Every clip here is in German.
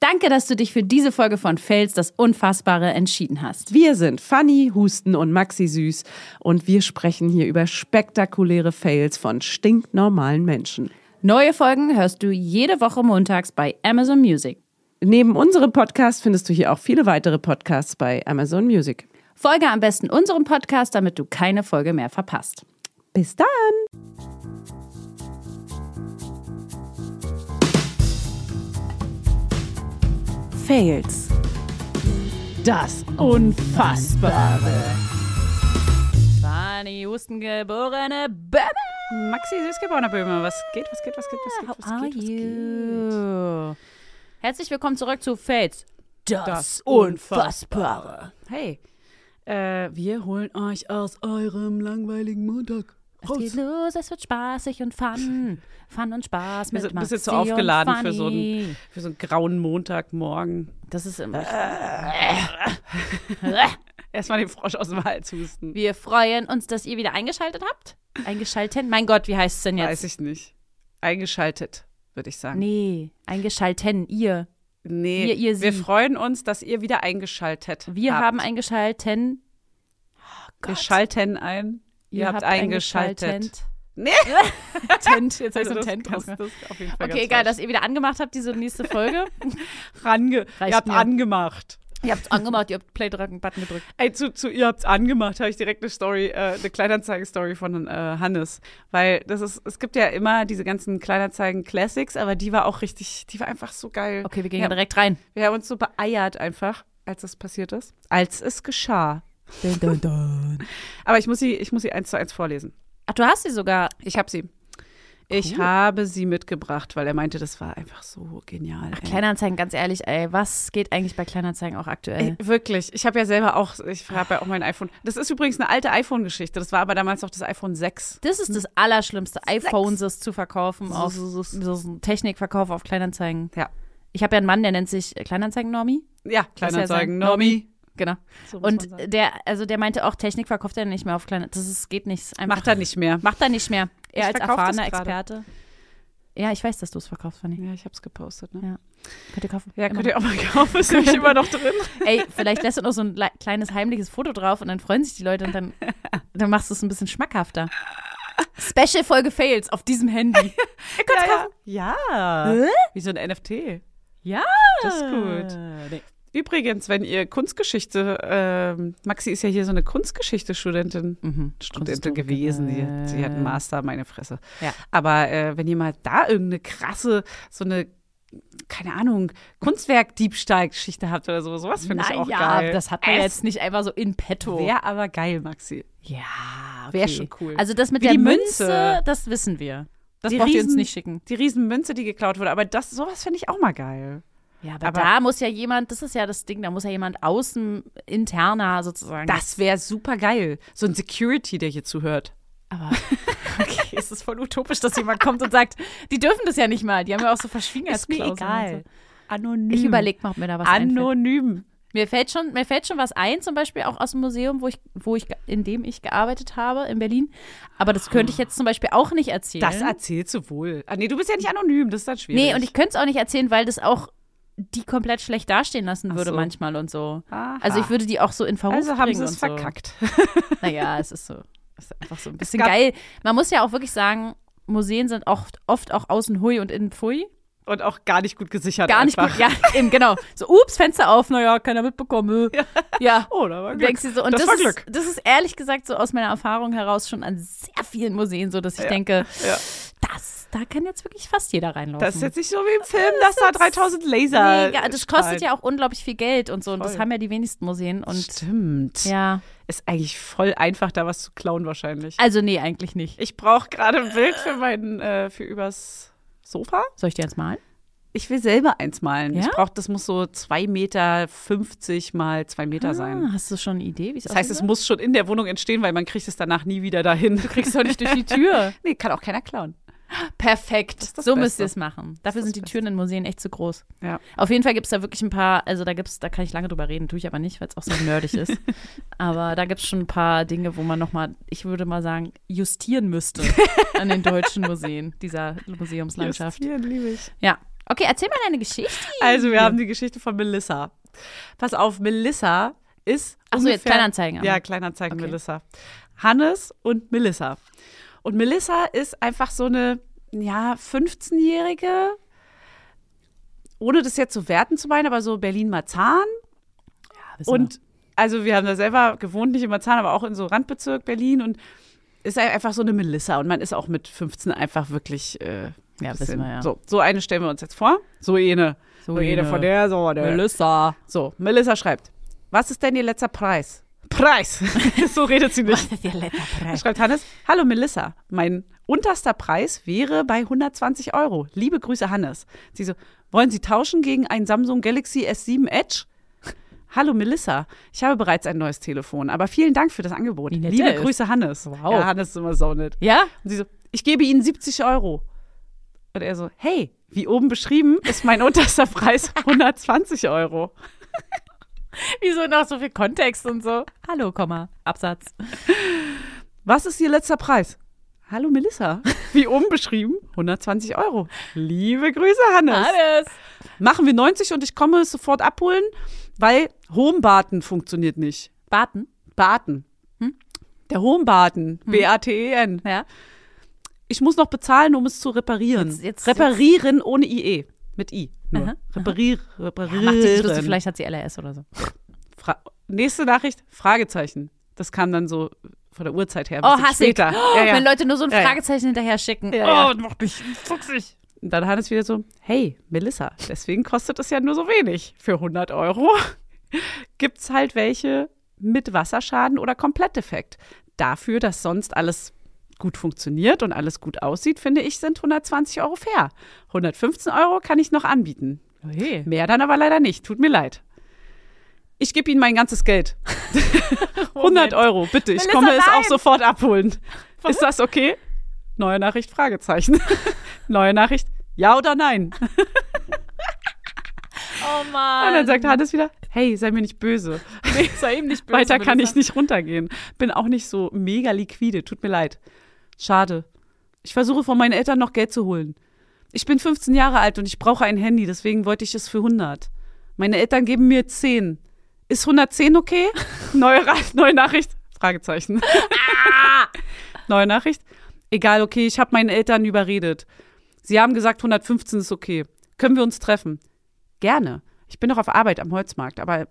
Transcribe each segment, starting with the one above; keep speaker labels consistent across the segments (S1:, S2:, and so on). S1: Danke, dass du dich für diese Folge von Fels das Unfassbare entschieden hast.
S2: Wir sind Fanny, Husten und Maxi Süß und wir sprechen hier über spektakuläre Fails von stinknormalen Menschen.
S1: Neue Folgen hörst du jede Woche montags bei Amazon Music.
S2: Neben unserem Podcast findest du hier auch viele weitere Podcasts bei Amazon Music.
S1: Folge am besten unserem Podcast, damit du keine Folge mehr verpasst.
S2: Bis dann!
S1: Fails.
S2: Das Unfassbare.
S1: Fanny Houston geborene Böhme.
S2: Maxi Süßgeborener Böhme, was geht, was geht, was geht, was geht, was geht, was geht, was
S1: you? Herzlich willkommen zurück zu Fails.
S2: Das
S1: Unfassbare.
S2: Hey, äh, wir holen euch aus eurem langweiligen Montag
S1: Es geht
S2: raus.
S1: los, es wird spaßig und fun. Fun und Spaß mit
S2: Bist
S1: Maxi
S2: bisschen zu
S1: und
S2: aufgeladen für
S1: Fanny.
S2: so, einen, für so einen grauen Montagmorgen.
S1: Das ist immer... Äh.
S2: Erstmal den Frosch aus dem Hals husten.
S1: Wir freuen uns, dass ihr wieder eingeschaltet habt. Eingeschaltet? Mein Gott, wie heißt es denn jetzt?
S2: Weiß ich nicht. Eingeschaltet, würde ich sagen.
S1: Nee, eingeschalten, ihr.
S2: Nee,
S1: Ihr- ihr
S2: wir
S1: sie.
S2: freuen uns, dass ihr wieder eingeschaltet
S1: Wir
S2: habt.
S1: haben eingeschalten. Oh
S2: Wir
S1: Gott.
S2: schalten ein. Ihr, habt, eingeschaltet. Nee.
S1: Tent, jetzt habe ich so ein
S2: das
S1: Tent
S2: kannst
S1: draus.
S2: du- das auf jeden Fall
S1: Also Okay,
S2: ganz
S1: egal, dass ihr wieder angemacht habt, diese nächste Folge.
S2: falsch. Range,
S1: Reicht
S2: ihr habt
S1: mir.
S2: angemacht.
S1: ihr habt's angemacht, ihr habt Play-Drücken-Button gedrückt.
S2: Ey, zu, zu ihr habt's angemacht, habe ich direkt eine Story, äh, eine Kleinanzeigen-Story von äh, Hannes. Weil das ist, es gibt ja immer diese ganzen Kleinanzeigen-Classics, aber die war auch richtig, die war einfach so geil.
S1: Okay, wir gehen
S2: ja,
S1: direkt rein.
S2: Wir haben uns so beeiert einfach, als das passiert ist. Als es geschah. Aber ich muss sie, ich muss sie eins zu eins vorlesen.
S1: Ach, du hast sie sogar.
S2: Ich habe sie. Ich
S1: Cool.
S2: habe sie mitgebracht, weil er meinte, das war einfach so genial. ey.
S1: Kleinanzeigen, ganz ehrlich, ey, was geht eigentlich bei Kleinanzeigen auch aktuell?
S2: Ey, wirklich, ich habe ja selber auch, ich habe ja auch mein iPhone. Das ist übrigens eine alte iPhone-Geschichte. Das war aber damals noch das iPhone 6.
S1: Das ist das Allerschlimmste, iPhones es zu verkaufen, auf
S2: so,
S1: so, so, so Technikverkauf auf Kleinanzeigen.
S2: Ja.
S1: Ich habe ja einen Mann, der nennt sich Kleinanzeigen-Normi. Das
S2: Ja,
S1: ist ja sein
S2: Kleinanzeigen, Normi.
S1: Genau.
S2: So muss
S1: Und
S2: man sagen.
S1: der, also der meinte auch, Technik verkauft er nicht mehr auf Kleinanzeigen. Das ist, geht nicht. Einfach,
S2: macht er nicht mehr.
S1: macht er nicht mehr.
S2: Ich
S1: Er als
S2: verkauf das
S1: erfahrener
S2: gerade.
S1: Experte. Ja, ich weiß, dass du es verkaufst, Fanny.
S2: Ja, ich habe es gepostet. Ne?
S1: Ja. Könnt ihr kaufen.
S2: Ja, könnt
S1: Immer.
S2: ihr auch mal kaufen, ist nämlich immer noch drin.
S1: Ey, vielleicht lässt du noch so ein le- kleines heimliches Foto drauf und dann freuen sich die Leute und dann, dann machst du es ein bisschen schmackhafter. Special Folge Fails auf diesem Handy.
S2: Ja, ja. ja. wie so ein NFT.
S1: Ja,
S2: Das ist gut. Übrigens, wenn ihr Kunstgeschichte, ähm, Maxi ist ja hier so eine Kunstgeschichte-Studentin.
S1: Mhm.
S2: Studentin gewesen, die, die hat einen Master, meine Fresse.
S1: Äh. Ja.
S2: Aber äh, wenn jemand da irgendeine krasse, so eine, keine Ahnung, Kunstwerk-Diebstahl-Geschichte habt oder so, sowas finde ich auch
S1: Naja,
S2: geil.
S1: das hat man
S2: Es
S1: jetzt nicht einfach so in petto.
S2: Wäre aber geil, Maxi.
S1: Ja,
S2: Wär schon cool.
S1: Also das mit
S2: Wie
S1: der
S2: die
S1: Münze,
S2: Münze.
S1: das wissen wir. Das
S2: Die
S1: braucht ihr uns
S2: Riesen-
S1: nicht schicken.
S2: Die Riesenmünze, die geklaut wurde. Aber das, sowas finde ich auch mal geil.
S1: Ja, aber,
S2: Aber-
S1: da muss ja jemand, das ist ja das Ding, da muss ja jemand außen interner sozusagen.
S2: Das wäre super geil. So ein Security, der hier zuhört.
S1: Aber okay, es ist voll utopisch, dass jemand kommt und sagt, die dürfen das ja nicht mal. Die haben ja auch so Verschwingersklauseln. und So.
S2: Anonym.
S1: Ich überlege mal, ob mir da was einfällt.
S2: Anonym.
S1: Mir fällt, schon, mir fällt schon was ein, zum Beispiel auch aus dem Museum, wo ich, wo ich, ge- in dem ich gearbeitet habe, in Berlin. Aber das könnte ich jetzt zum Beispiel auch nicht erzählen.
S2: Ah. Das erzählst du wohl. Ah, nee, du bist ja nicht anonym, das ist dann schwierig.
S1: nee, und ich könnte es auch nicht erzählen, weil das auch die komplett schlecht dastehen lassen
S2: Ach
S1: würde
S2: so.
S1: manchmal und so.
S2: Aha.
S1: Also ich würde die auch so in Verruf
S2: Also haben
S1: bringen
S2: sie
S1: und
S2: es
S1: so.
S2: verkackt.
S1: Naja, es ist so, es ist einfach so ein bisschen
S2: gab-
S1: geil. Man muss ja auch wirklich sagen, Museen sind oft, oft auch außen hui und innen pfui.
S2: Und auch gar nicht gut gesichert.
S1: Gar nicht
S2: einfach.
S1: gut, ja, eben, genau. So, ups, Fenster auf, naja, keiner mitbekommen. äh. Ja.
S2: Oh, da war
S1: Du
S2: Glück.
S1: Denkst du so, und das,
S2: das war
S1: ist,
S2: Glück.
S1: das ist ehrlich gesagt so aus meiner Erfahrung heraus schon an sehr vielen Museen so, dass ich denke,
S2: ja.
S1: das, da kann jetzt wirklich fast jeder reinlaufen.
S2: Das ist jetzt nicht so wie im Film, dass da 3000 Laser.
S1: Mega, das kostet ja auch unglaublich viel Geld und so, und das
S2: Voll.
S1: haben ja die wenigsten Museen und
S2: Stimmt.
S1: ja.
S2: Ist eigentlich voll einfach, da was zu klauen, wahrscheinlich.
S1: Also nee, eigentlich nicht.
S2: Ich brauche gerade ein Bild für meinen, äh, für übers Sofa.
S1: Soll ich dir jetzt malen?
S2: Ich will selber eins malen.
S1: Ja?
S2: Ich brauche, das muss so 2,50 Meter mal 2 Meter sein.
S1: Ah, hast du schon eine Idee, wie es
S2: Das heißt, es
S1: aussehen
S2: muss schon in der Wohnung entstehen, weil man kriegt es danach nie wieder dahin. Du kriegst
S1: soll? doch nicht durch die Tür.
S2: Nee, kann auch keiner klauen.
S1: Perfekt.
S2: ist das
S1: so
S2: Beste.
S1: müsst ihr es machen. Dafür
S2: ist
S1: sind die
S2: das
S1: Türen in Museen echt zu groß.
S2: Ja.
S1: Auf jeden Fall gibt es da wirklich ein paar, also da gibt's, da kann ich lange drüber reden, tue ich aber nicht, weil es auch so nerdig ist. Aber da gibt es schon ein paar Dinge, wo man nochmal, ich würde mal sagen, justieren müsste an den deutschen Museen, dieser Museumslandschaft.
S2: Justieren liebe ich.
S1: Ja, Okay, erzähl mal deine Geschichte.
S2: Also, wir haben die Geschichte von Melissa. Pass auf, Melissa ist.
S1: Ach so,
S2: ungefähr-
S1: jetzt Kleinanzeigen an.
S2: Ja, Kleinanzeigen,
S1: Okay.
S2: Melissa. Hannes und Melissa. Und Melissa ist einfach so eine, ja, 15-Jährige, ohne das jetzt zu werten zu meinen, aber so Berlin-Marzahn. Und also wir haben da selber gewohnt, nicht in Marzahn, aber auch in so Randbezirk Berlin und ist einfach so eine Melissa und man ist auch mit 15 einfach wirklich äh,
S1: Ja,
S2: bisschen-
S1: wissen wir ja.
S2: so so eine stellen wir uns jetzt vor, so eine, so, eine
S1: eine.
S2: von der, so eine.
S1: Melissa.
S2: So, Melissa schreibt, was ist denn ihr letzter Preis? Preis. so redet sie nicht.
S1: Was ist ihr letzter Preis?
S2: Schreibt Hannes, hallo Melissa, mein unterster Preis wäre bei 120 Euro. Liebe Grüße Hannes. Sie so, wollen Sie tauschen gegen ein Samsung Galaxy S7 Edge? Hallo Melissa, ich habe bereits ein neues Telefon, aber vielen Dank für das Angebot.
S1: Wie nett
S2: Liebe
S1: der ist.
S2: Grüße Hannes.
S1: Wow.
S2: Ja, Hannes ist immer so nett.
S1: Ja?
S2: Und sie so, ich gebe Ihnen 70 Euro. Und er so, hey, wie oben beschrieben, ist mein unterster Preis 120 Euro.
S1: Wieso noch so viel Kontext und so? Hallo, Komma, Absatz.
S2: Was ist Ihr letzter Preis? Hallo Melissa. Wie oben beschrieben, 120 Euro. Liebe Grüße, Hannes.
S1: Alles.
S2: Machen wir 90 und ich komme es sofort abholen, weil Homebaten funktioniert nicht.
S1: Barten,
S2: Baten.
S1: Hm?
S2: Der Homebaten, B-A-T-E-N.
S1: ja.
S2: E Ich muss noch bezahlen, um es zu reparieren.
S1: Jetzt- jetzt-
S2: reparieren ohne IE. Mit I. Nur.
S1: Aha, aha.
S2: Reparier, reparieren.
S1: Macht dich lustig, vielleicht hat sie LRS oder so.
S2: Fra Nächste Nachricht, Fragezeichen. Das kam dann so von der Uhrzeit her. ein
S1: Oh,
S2: bisschen
S1: hassig.
S2: Später.
S1: Oh,
S2: Ja, ja.
S1: Wenn Leute nur so ein
S2: Ja, ja.
S1: Fragezeichen hinterher schicken.
S2: Ja, ja.
S1: Oh, macht mich fuchsig.
S2: Und dann hat es wieder so, hey, Melissa, deswegen kostet es ja nur so wenig. Für 100 Euro gibt es halt welche mit Wasserschaden oder Komplettdefekt. Dafür, dass sonst alles gut funktioniert und alles gut aussieht, finde ich, sind 120 Euro fair. 115 Euro kann ich noch anbieten.
S1: Hey.
S2: Mehr dann aber leider nicht. Tut mir leid. Ich gebe Ihnen mein ganzes Geld. 100 Euro, bitte. Ich
S1: Melissa,
S2: komme es
S1: nein!
S2: auch sofort abholen. Ist das okay? Neue Nachricht, Fragezeichen. Neue Nachricht, ja oder nein?
S1: Ähm. Oh
S2: Und
S1: Mann.
S2: dann sagt Hannes wieder, hey, sei mir nicht böse.
S1: nee, sei ihm nicht böse.
S2: Weiter kann ich
S1: Melissa.
S2: nicht runtergehen. Bin auch nicht so mega liquide, tut mir leid. Schade. Ich versuche von meinen Eltern noch Geld zu holen. Ich bin 15 Jahre alt und ich brauche ein Handy, deswegen wollte ich es für 100. Meine Eltern geben mir 10. Ist 110 okay? Neue, Ra- neue Nachricht? Fragezeichen. neue Nachricht? Egal, okay, ich habe meinen Eltern überredet. Sie haben gesagt, 115 ist okay. Können wir uns treffen? Gerne. Ich bin noch auf Arbeit am Holzmarkt, aber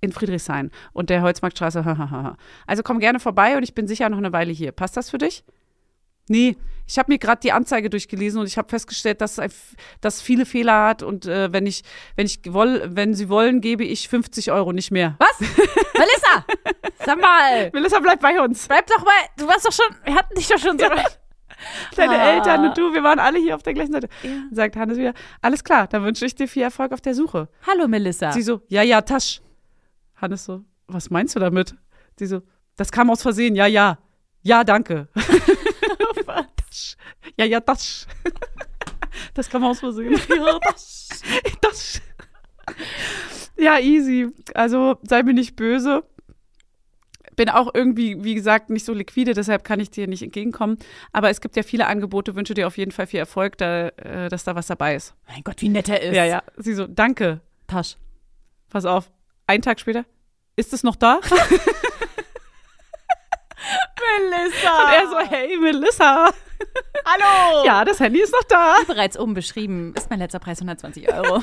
S2: in Friedrichshain und der Holzmarktstraße. hahaha. also komm gerne vorbei und ich bin sicher noch eine Weile hier. Passt das für dich? Nee, ich habe mir gerade die Anzeige durchgelesen und ich habe festgestellt, dass es dass viele Fehler hat und äh, wenn ich wenn ich woll, wenn sie wollen, gebe ich 50 Euro nicht mehr.
S1: Was? Melissa! Sag mal!
S2: Melissa bleibt bei uns.
S1: Bleib doch mal, du warst doch schon, wir hatten dich doch schon so.
S2: Deine
S1: Ah.
S2: Eltern und du, wir waren alle hier auf der gleichen Seite.
S1: Ja.
S2: Sagt Hannes wieder, alles klar, dann wünsche ich dir viel Erfolg auf der Suche.
S1: Hallo Melissa.
S2: Sie so, ja, ja, Tasch. Hannes so, was meinst du damit? Sie so, das kam aus Versehen, ja, ja. Ja, danke. Tasch. Ja, ja, Tasch. Das kam aus Versehen. Tasch. Ja, easy. Also sei mir nicht böse. Bin auch irgendwie, wie gesagt, nicht so liquide, deshalb kann ich dir nicht entgegenkommen. Aber es gibt ja viele Angebote, wünsche dir auf jeden Fall viel Erfolg, da, äh, dass da was dabei ist.
S1: mein Gott, wie nett er ist.
S2: Ja, ja. Sie so, danke.
S1: Tasch.
S2: Pass auf, einen Tag später, ist es noch da?
S1: Melissa!
S2: Und er so, hey Melissa,
S1: hallo!
S2: ja, das Handy ist noch da.
S1: Bereits oben beschrieben, ist mein letzter Preis 120 Euro.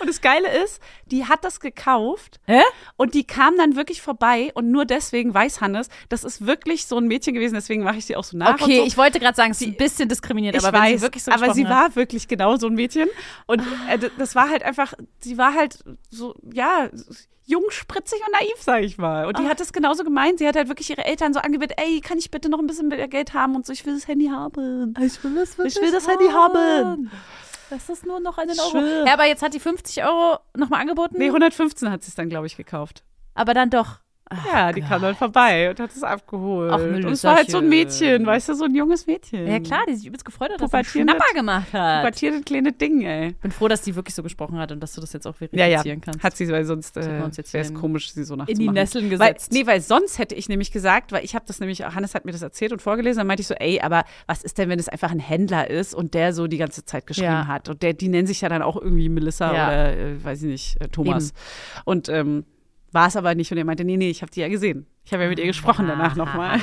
S2: Und das Geile ist, die hat das gekauft
S1: Hä?
S2: und die kam dann wirklich vorbei und nur deswegen weiß Hannes, das ist wirklich so ein Mädchen gewesen, deswegen mache ich sie auch so nach
S1: Okay,
S2: und so.
S1: ich wollte gerade sagen, es ist ein bisschen diskriminiert,
S2: Ich
S1: aber wenn sie wirklich so
S2: aber sie
S1: gesprochen hat. Ah.
S2: war wirklich genau so ein Mädchen und äh, d- das war halt einfach, sie war halt so, ja, jung, spritzig und naiv, sag ich mal.
S1: Ah.
S2: Und die hat das genauso gemeint, sie hat halt wirklich ihre Eltern so angebetet, ey, kann ich bitte noch ein bisschen mehr Geld haben und so, ich will das Handy haben.
S1: ich will das
S2: Ich will das Handy haben.
S1: Das ist nur noch einen
S2: Schwör.
S1: Euro. Ja, aber jetzt hat die 50 Euro nochmal angeboten.
S2: Nee, 115 hat sie es dann, glaube ich, gekauft.
S1: aber dann doch.
S2: Ja, die kam dann vorbei und hat es abgeholt.
S1: Oh Ach,
S2: und es war halt so ein
S1: Melissa'chen.
S2: Mädchen, weißt du, so ein junges Mädchen.
S1: Ja klar, die sich übelst gefreut hat, dass sie einen
S2: Pubertierende-
S1: Schnapper gemacht hat.
S2: Quartierte kleine Ding, ey.
S1: Ich bin froh, dass die wirklich so gesprochen hat und dass du das jetzt auch
S2: Ja, ja.
S1: verifizieren kannst.
S2: Hat sie, weil sonst äh,
S1: hätten wir uns
S2: wäre
S1: jetzt
S2: es
S1: hier im-
S2: komisch, sie so nachzumachen.
S1: in die Nesseln
S2: Weil,
S1: gesetzt.
S2: nee, weil sonst hätte ich nämlich gesagt, weil ich habe das nämlich, Hannes hat mir das erzählt und vorgelesen, dann meinte ich so, ey, aber was ist denn, wenn es einfach ein Händler ist und der so die ganze Zeit geschrieben
S1: Ja.
S2: hat? Und der, die nennen sich ja dann auch irgendwie Melissa
S1: Ja.
S2: oder, äh, weiß ich nicht, äh, Thomas. Und ähm, war es aber nicht und er meinte, nee, nee, ich habe die ja gesehen. Ich habe ja mit ihr gesprochen
S1: Ah,
S2: danach nochmal.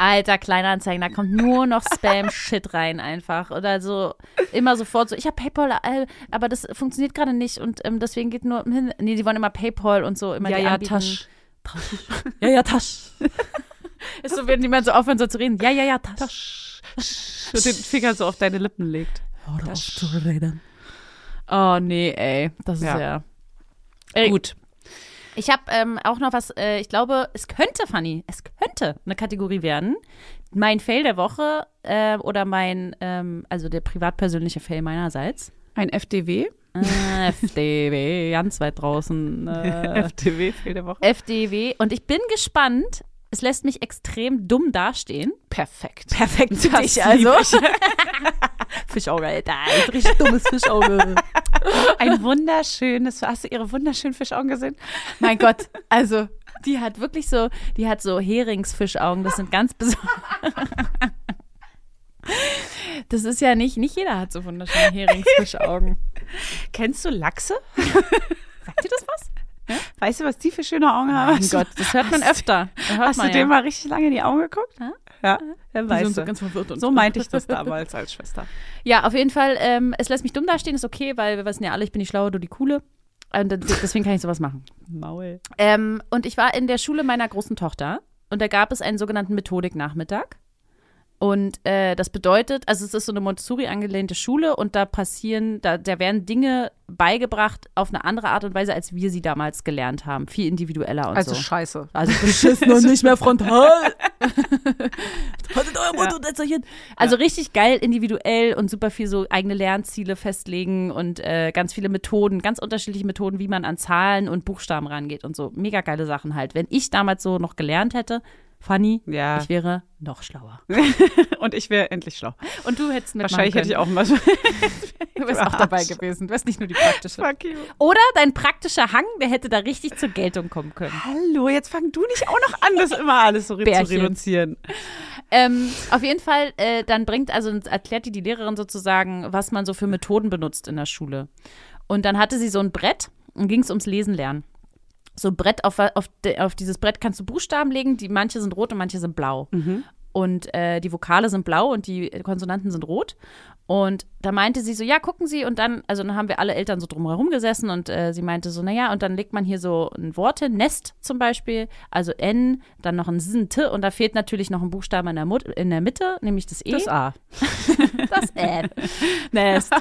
S1: Alter, Kleinanzeigen, da kommt nur noch Spam-Shit rein einfach. Oder so immer sofort so, ich habe Paypal, äh, aber das funktioniert gerade nicht und ähm, deswegen geht nur hin. Nee, die wollen immer Paypal und so. Immer die anbieten. Ja, ja, Tasch. Ist so, wenn jemand so aufhören soll zu reden. Ja, ja, ja, Tasch.
S2: Tasch. Und den Finger so auf deine Lippen legt.
S1: Hör
S2: auf zu
S1: reden. Oh, nee, ey. Das ist
S2: Ja.
S1: ja. Ey,
S2: Gut.
S1: Ich habe ähm, auch noch was, äh, ich glaube, es könnte, Fanny, es könnte eine Kategorie werden. Mein Fail der Woche äh, oder mein, ähm, also der privatpersönliche Fail meinerseits.
S2: Ein FDW?
S1: Äh, FDW, ganz weit draußen. Äh,
S2: FDW, Fehl der Woche.
S1: FDW. Und ich bin gespannt. Es lässt mich extrem dumm dastehen.
S2: Perfekt.
S1: Perfekt für
S2: Das
S1: dich also.
S2: lieb ich.
S1: Fischauge, Alter. Ein richtig dummes Fischauge.
S2: Ein wunderschönes, hast du ihre wunderschönen Fischaugen gesehen?
S1: mein Gott, also die hat wirklich so, die hat so Heringsfischaugen, das sind ganz besonders. Das ist ja nicht, nicht jeder hat so wunderschöne Heringsfischaugen.
S2: Kennst du Lachse?
S1: Sagt ihr das was?
S2: Weißt du, was die für schöne Augen haben?
S1: Mein
S2: Hast
S1: Gott, das hört man öfter. Da
S2: du,
S1: Hört
S2: hast
S1: man
S2: du dem
S1: ja.
S2: mal richtig lange in die Augen geguckt?
S1: Ja.
S2: Ja, dann weißt du.
S1: verwirrt und
S2: so meinte ich das damals als Schwester.
S1: Ja, auf jeden Fall, ähm, es lässt mich dumm dastehen, ist okay, weil wir wissen ja alle, ich bin die Schlaue, du die Coole. Und deswegen kann ich sowas machen.
S2: Maul.
S1: Ähm, und ich war in der Schule meiner großen Tochter und da gab es einen sogenannten Methodiknachmittag. Und äh, das bedeutet, also es ist so eine Montessori angelehnte Schule und da passieren, da, da werden Dinge beigebracht auf eine andere Art und Weise, als wir sie damals gelernt haben. Viel individueller und
S2: Also
S1: so.
S2: scheiße.
S1: Also beschissen und nicht mehr frontal. Haltet euer Mund
S2: Ja.
S1: und setzt euch hin. Also richtig geil, individuell und super viel so eigene Lernziele festlegen und äh, ganz viele Methoden, ganz unterschiedliche Methoden, wie man an Zahlen und Buchstaben rangeht und so. Mega geile Sachen halt. Wenn ich damals so noch gelernt hätte, Fanny,
S2: Ja.
S1: ich wäre noch schlauer.
S2: Und ich wäre endlich schlau.
S1: Und du hättest mitmachen
S2: Wahrscheinlich hätte
S1: können.
S2: ich auch mal so.
S1: Du wärst auch dabei gewesen. Du wärst nicht nur die praktische.
S2: Fuck you.
S1: Oder dein praktischer Hang, der hätte da richtig zur Geltung kommen können.
S2: Hallo, jetzt fang du nicht auch noch an, das immer alles so
S1: Bärchen.
S2: zu reduzieren.
S1: Ähm, auf jeden Fall, äh, dann bringt, also erklärt die, die Lehrerin sozusagen, was man so für Methoden benutzt in der Schule. Und dann hatte sie so ein Brett und ging es ums Lesen lernen. So ein Brett, auf, wa- auf, de- auf dieses Brett kannst du Buchstaben legen, die manche sind rot und manche sind blau. Und äh, die Vokale sind blau und die Konsonanten sind rot. Und da meinte sie so, ja, gucken Sie. Und dann, also dann haben wir alle Eltern so drumherum gesessen und äh, sie meinte so, naja, und dann legt man hier so ein Wort hin, Nest zum Beispiel, also N, dann noch ein S, ein T und da fehlt natürlich noch ein Buchstabe in der, Mut in der Mitte, nämlich das E.
S2: A.
S1: Das Ä. Nest.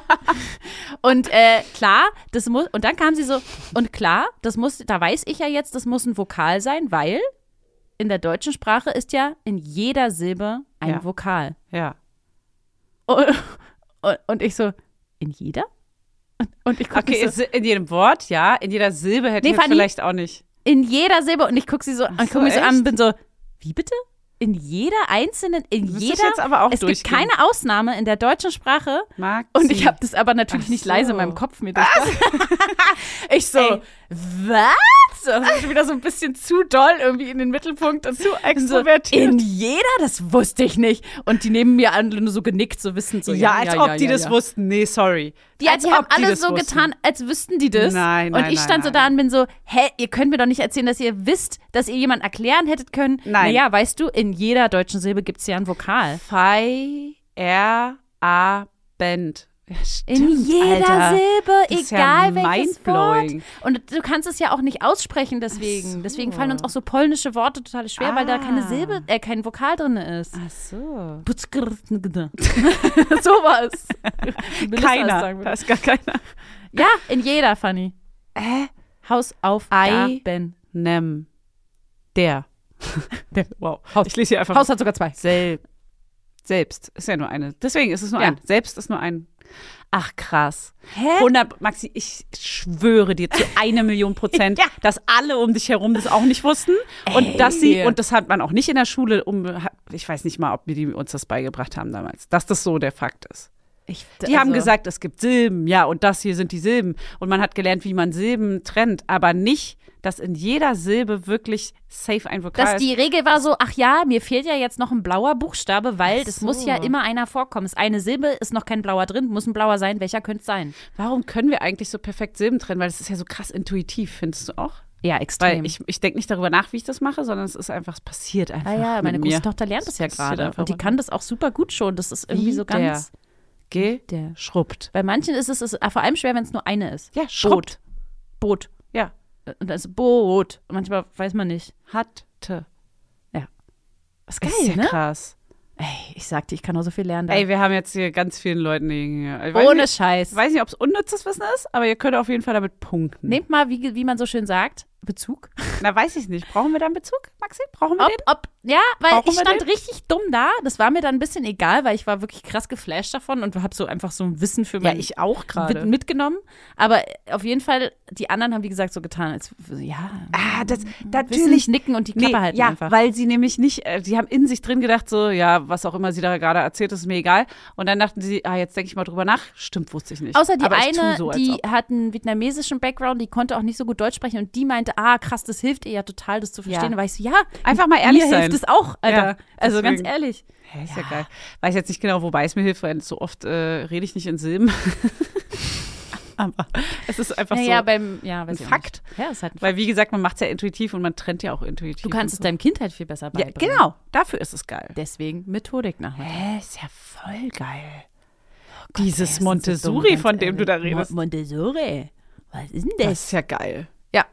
S1: Und äh, klar, das muss, und dann kam sie so, und klar, das muss, da weiß ich ja jetzt, das muss ein Vokal sein, weil in der deutschen Sprache ist ja in jeder Silbe ein
S2: Ja.
S1: Vokal.
S2: Ja.
S1: Und, und, und ich so, in jeder? Und ich gucke
S2: Okay,
S1: so,
S2: ist in jedem Wort, ja. In jeder Silbe hätte
S1: Nee,
S2: ich jetzt
S1: Fanny.
S2: vielleicht auch nicht.
S1: in jeder Silbe, und ich gucke sie so, und ich
S2: so,
S1: guck mich so an
S2: echt?
S1: und bin so, wie bitte? In jeder einzelnen, in
S2: Du
S1: jeder.
S2: musst das jetzt aber auch
S1: es gibt
S2: durchgehen.
S1: keine Ausnahme in der deutschen Sprache.
S2: Mag
S1: Und
S2: sie.
S1: ich habe das aber natürlich
S2: Ach
S1: nicht
S2: so.
S1: leise in meinem Kopf mir das. ich so,
S2: Ey.
S1: was? So, das ist wieder so ein bisschen zu doll irgendwie in den Mittelpunkt und zu
S2: extrovertiert.
S1: in jeder, das wusste ich nicht. Und die nehmen mir an, nur so genickt, so wissend so.
S2: ja, als ob die
S1: ja,
S2: das
S1: ja.
S2: wussten. Nee, sorry.
S1: Ja,
S2: als
S1: die
S2: ob
S1: haben alle
S2: das
S1: so
S2: wussten.
S1: getan, als wüssten die das.
S2: Nein,
S1: und
S2: nein,
S1: ich stand
S2: nein,
S1: so da und bin so, hä, ihr könnt mir doch nicht erzählen, dass ihr wisst, dass ihr jemand erklären hättet können.
S2: Nein.
S1: Naja, weißt du, in jeder deutschen Silbe gibt es ja ein Vokal.
S2: Fei, er, a, bend. Ja,
S1: In
S2: stimmt,
S1: jeder
S2: Alter.
S1: Silbe,
S2: Das ist
S1: egal
S2: ja
S1: welches Wort.
S2: mindblowing.
S1: Und du kannst es ja auch nicht aussprechen deswegen.
S2: Ach so.
S1: Deswegen fallen uns auch so polnische Worte total schwer, weil da keine
S2: Ah.
S1: Silbe, äh, kein Vokal drin ist.
S2: Ach so.
S1: Sowas. Wie Melissa es sagen
S2: Keiner.
S1: würde.
S2: Da ist gar keiner.
S1: Ja, in jeder, Fanny.
S2: Hä?
S1: Hausaufgaben.
S2: Nem. Der. Der. Wow.
S1: Haus.
S2: Oh, Ich lese hier einfach.
S1: Haus hat sogar zwei.
S2: Selbst. Selbst. Ist ja nur eine. Deswegen ist es nur
S1: Ja.
S2: ein. Selbst ist nur ein. Ach krass.
S1: Hä?
S2: 100, Maxi, ich schwöre dir zu einer Million Prozent,
S1: Ja.
S2: dass alle um dich herum das auch nicht wussten und
S1: Ey.
S2: dass sie und das hat man auch nicht in der Schule um ich weiß nicht mal, ob wir die uns das beigebracht haben damals, dass das so der Fakt ist.
S1: Ich,
S2: Die haben
S1: Also.
S2: gesagt, es gibt Silben, ja, und das hier sind die Silben und man hat gelernt, wie man Silben trennt, aber nicht, dass in jeder Silbe wirklich safe ein Vokal
S1: dass
S2: ist.
S1: die Regel war so, ach ja, mir fehlt ja jetzt noch ein blauer Buchstabe, weil das
S2: so.
S1: muss ja immer einer vorkommen. Ist eine Silbe, ist noch kein blauer drin, muss ein blauer sein. Welcher könnte es sein?
S2: Warum können wir eigentlich so perfekt Silben trennen, weil das ist ja so krass intuitiv, findest du auch?
S1: Ja,
S2: Weil
S1: extrem.
S2: ich, ich denke nicht darüber nach, wie ich das mache, sondern es ist einfach, es passiert einfach.
S1: ah ja,
S2: mit
S1: meine
S2: mir.
S1: große Tochter lernt das ja
S2: passiert
S1: gerade.
S2: einfach
S1: Und die
S2: mit
S1: kann das auch super gut schon. Das ist irgendwie
S2: Wie
S1: so ganz.
S2: Geh,
S1: Der.
S2: schrubbt.
S1: Bei manchen ist es, ist vor allem schwer, wenn es nur eine ist.
S2: Ja, schrubbt.
S1: Boot.
S2: Ja,
S1: Und das ist Boot. Und manchmal weiß man nicht.
S2: hatte.
S1: ist
S2: Das
S1: geil,
S2: ist ja
S1: ne?
S2: krass.
S1: Ey, ich sag dir, ich kann auch so viel lernen. da.
S2: Ey, wir haben jetzt hier ganz vielen Leuten hier. Ich weiß
S1: Ohne
S2: nicht,
S1: Scheiß.
S2: ich weiß nicht, ob es unnützes Wissen ist, aber ihr könnt auf jeden Fall damit punkten.
S1: Nehmt mal, wie, wie man so schön sagt, Bezug.
S2: Na, weiß ich nicht. Brauchen wir da einen Bezug, Maxi? Brauchen wir
S1: Ob, ob, ja, weil
S2: Brauchen
S1: ich
S2: wir
S1: stand
S2: den?
S1: richtig dumm da. Das war mir dann ein bisschen egal, weil ich war wirklich krass geflasht davon und habe so einfach so ein Wissen für
S2: den?
S1: mein
S2: auch
S1: mit, mitgenommen. Aber auf jeden Fall, die anderen haben, wie gesagt, so getan, als ja,
S2: Ah, das,
S1: natürlich
S2: natürlich
S1: Mhm. nicken und die Klappe halten
S2: ja,
S1: einfach.
S2: weil sie nämlich nicht, äh, die haben in sich drin gedacht, so, ja, was auch immer sie da gerade erzählt, ist mir egal. Und dann dachten sie, ah, jetzt denke ich mal drüber nach. Stimmt, wusste ich nicht.
S1: Außer die
S2: Aber ich tu
S1: eine,
S2: so, als
S1: die
S2: ob.
S1: hat einen vietnamesischen Background, die konnte auch nicht so gut Deutsch sprechen und die meinte, ah krass, das hilft ihr ja total, das zu verstehen.
S2: Ja.
S1: Da war ich so, ja,
S2: Einfach mal ehrlich
S1: mir
S2: sein.
S1: hilft es auch, Alter.
S2: Ja,
S1: also ganz
S2: deswegen.
S1: ehrlich.
S2: Hä, ist ja. geil. Weiß jetzt nicht genau, wobei es mir hilft, weil so oft äh, rede ich nicht in Silben. Aber es ist einfach
S1: Naja,
S2: so.
S1: beim, ja, weiß ich
S2: ein
S1: auch
S2: Fakt.
S1: Nicht. Ja, ist halt ein
S2: Weil, wie gesagt, man macht es ja intuitiv und man trennt ja auch intuitiv.
S1: Du kannst es
S2: und
S1: deinem Kind halt viel besser
S2: so. ja,
S1: beibringen.
S2: Genau, dafür ist es geil.
S1: Deswegen Methodik nachher.
S2: Hä, ist ja voll geil.
S1: Gott,
S2: Dieses
S1: ey, das sind
S2: Montessori,
S1: ganz
S2: von dem du da
S1: ehrlich.
S2: redest.
S1: Mo- Montessori. Was ist denn
S2: Das
S1: das?
S2: ist ja geil.
S1: Ja.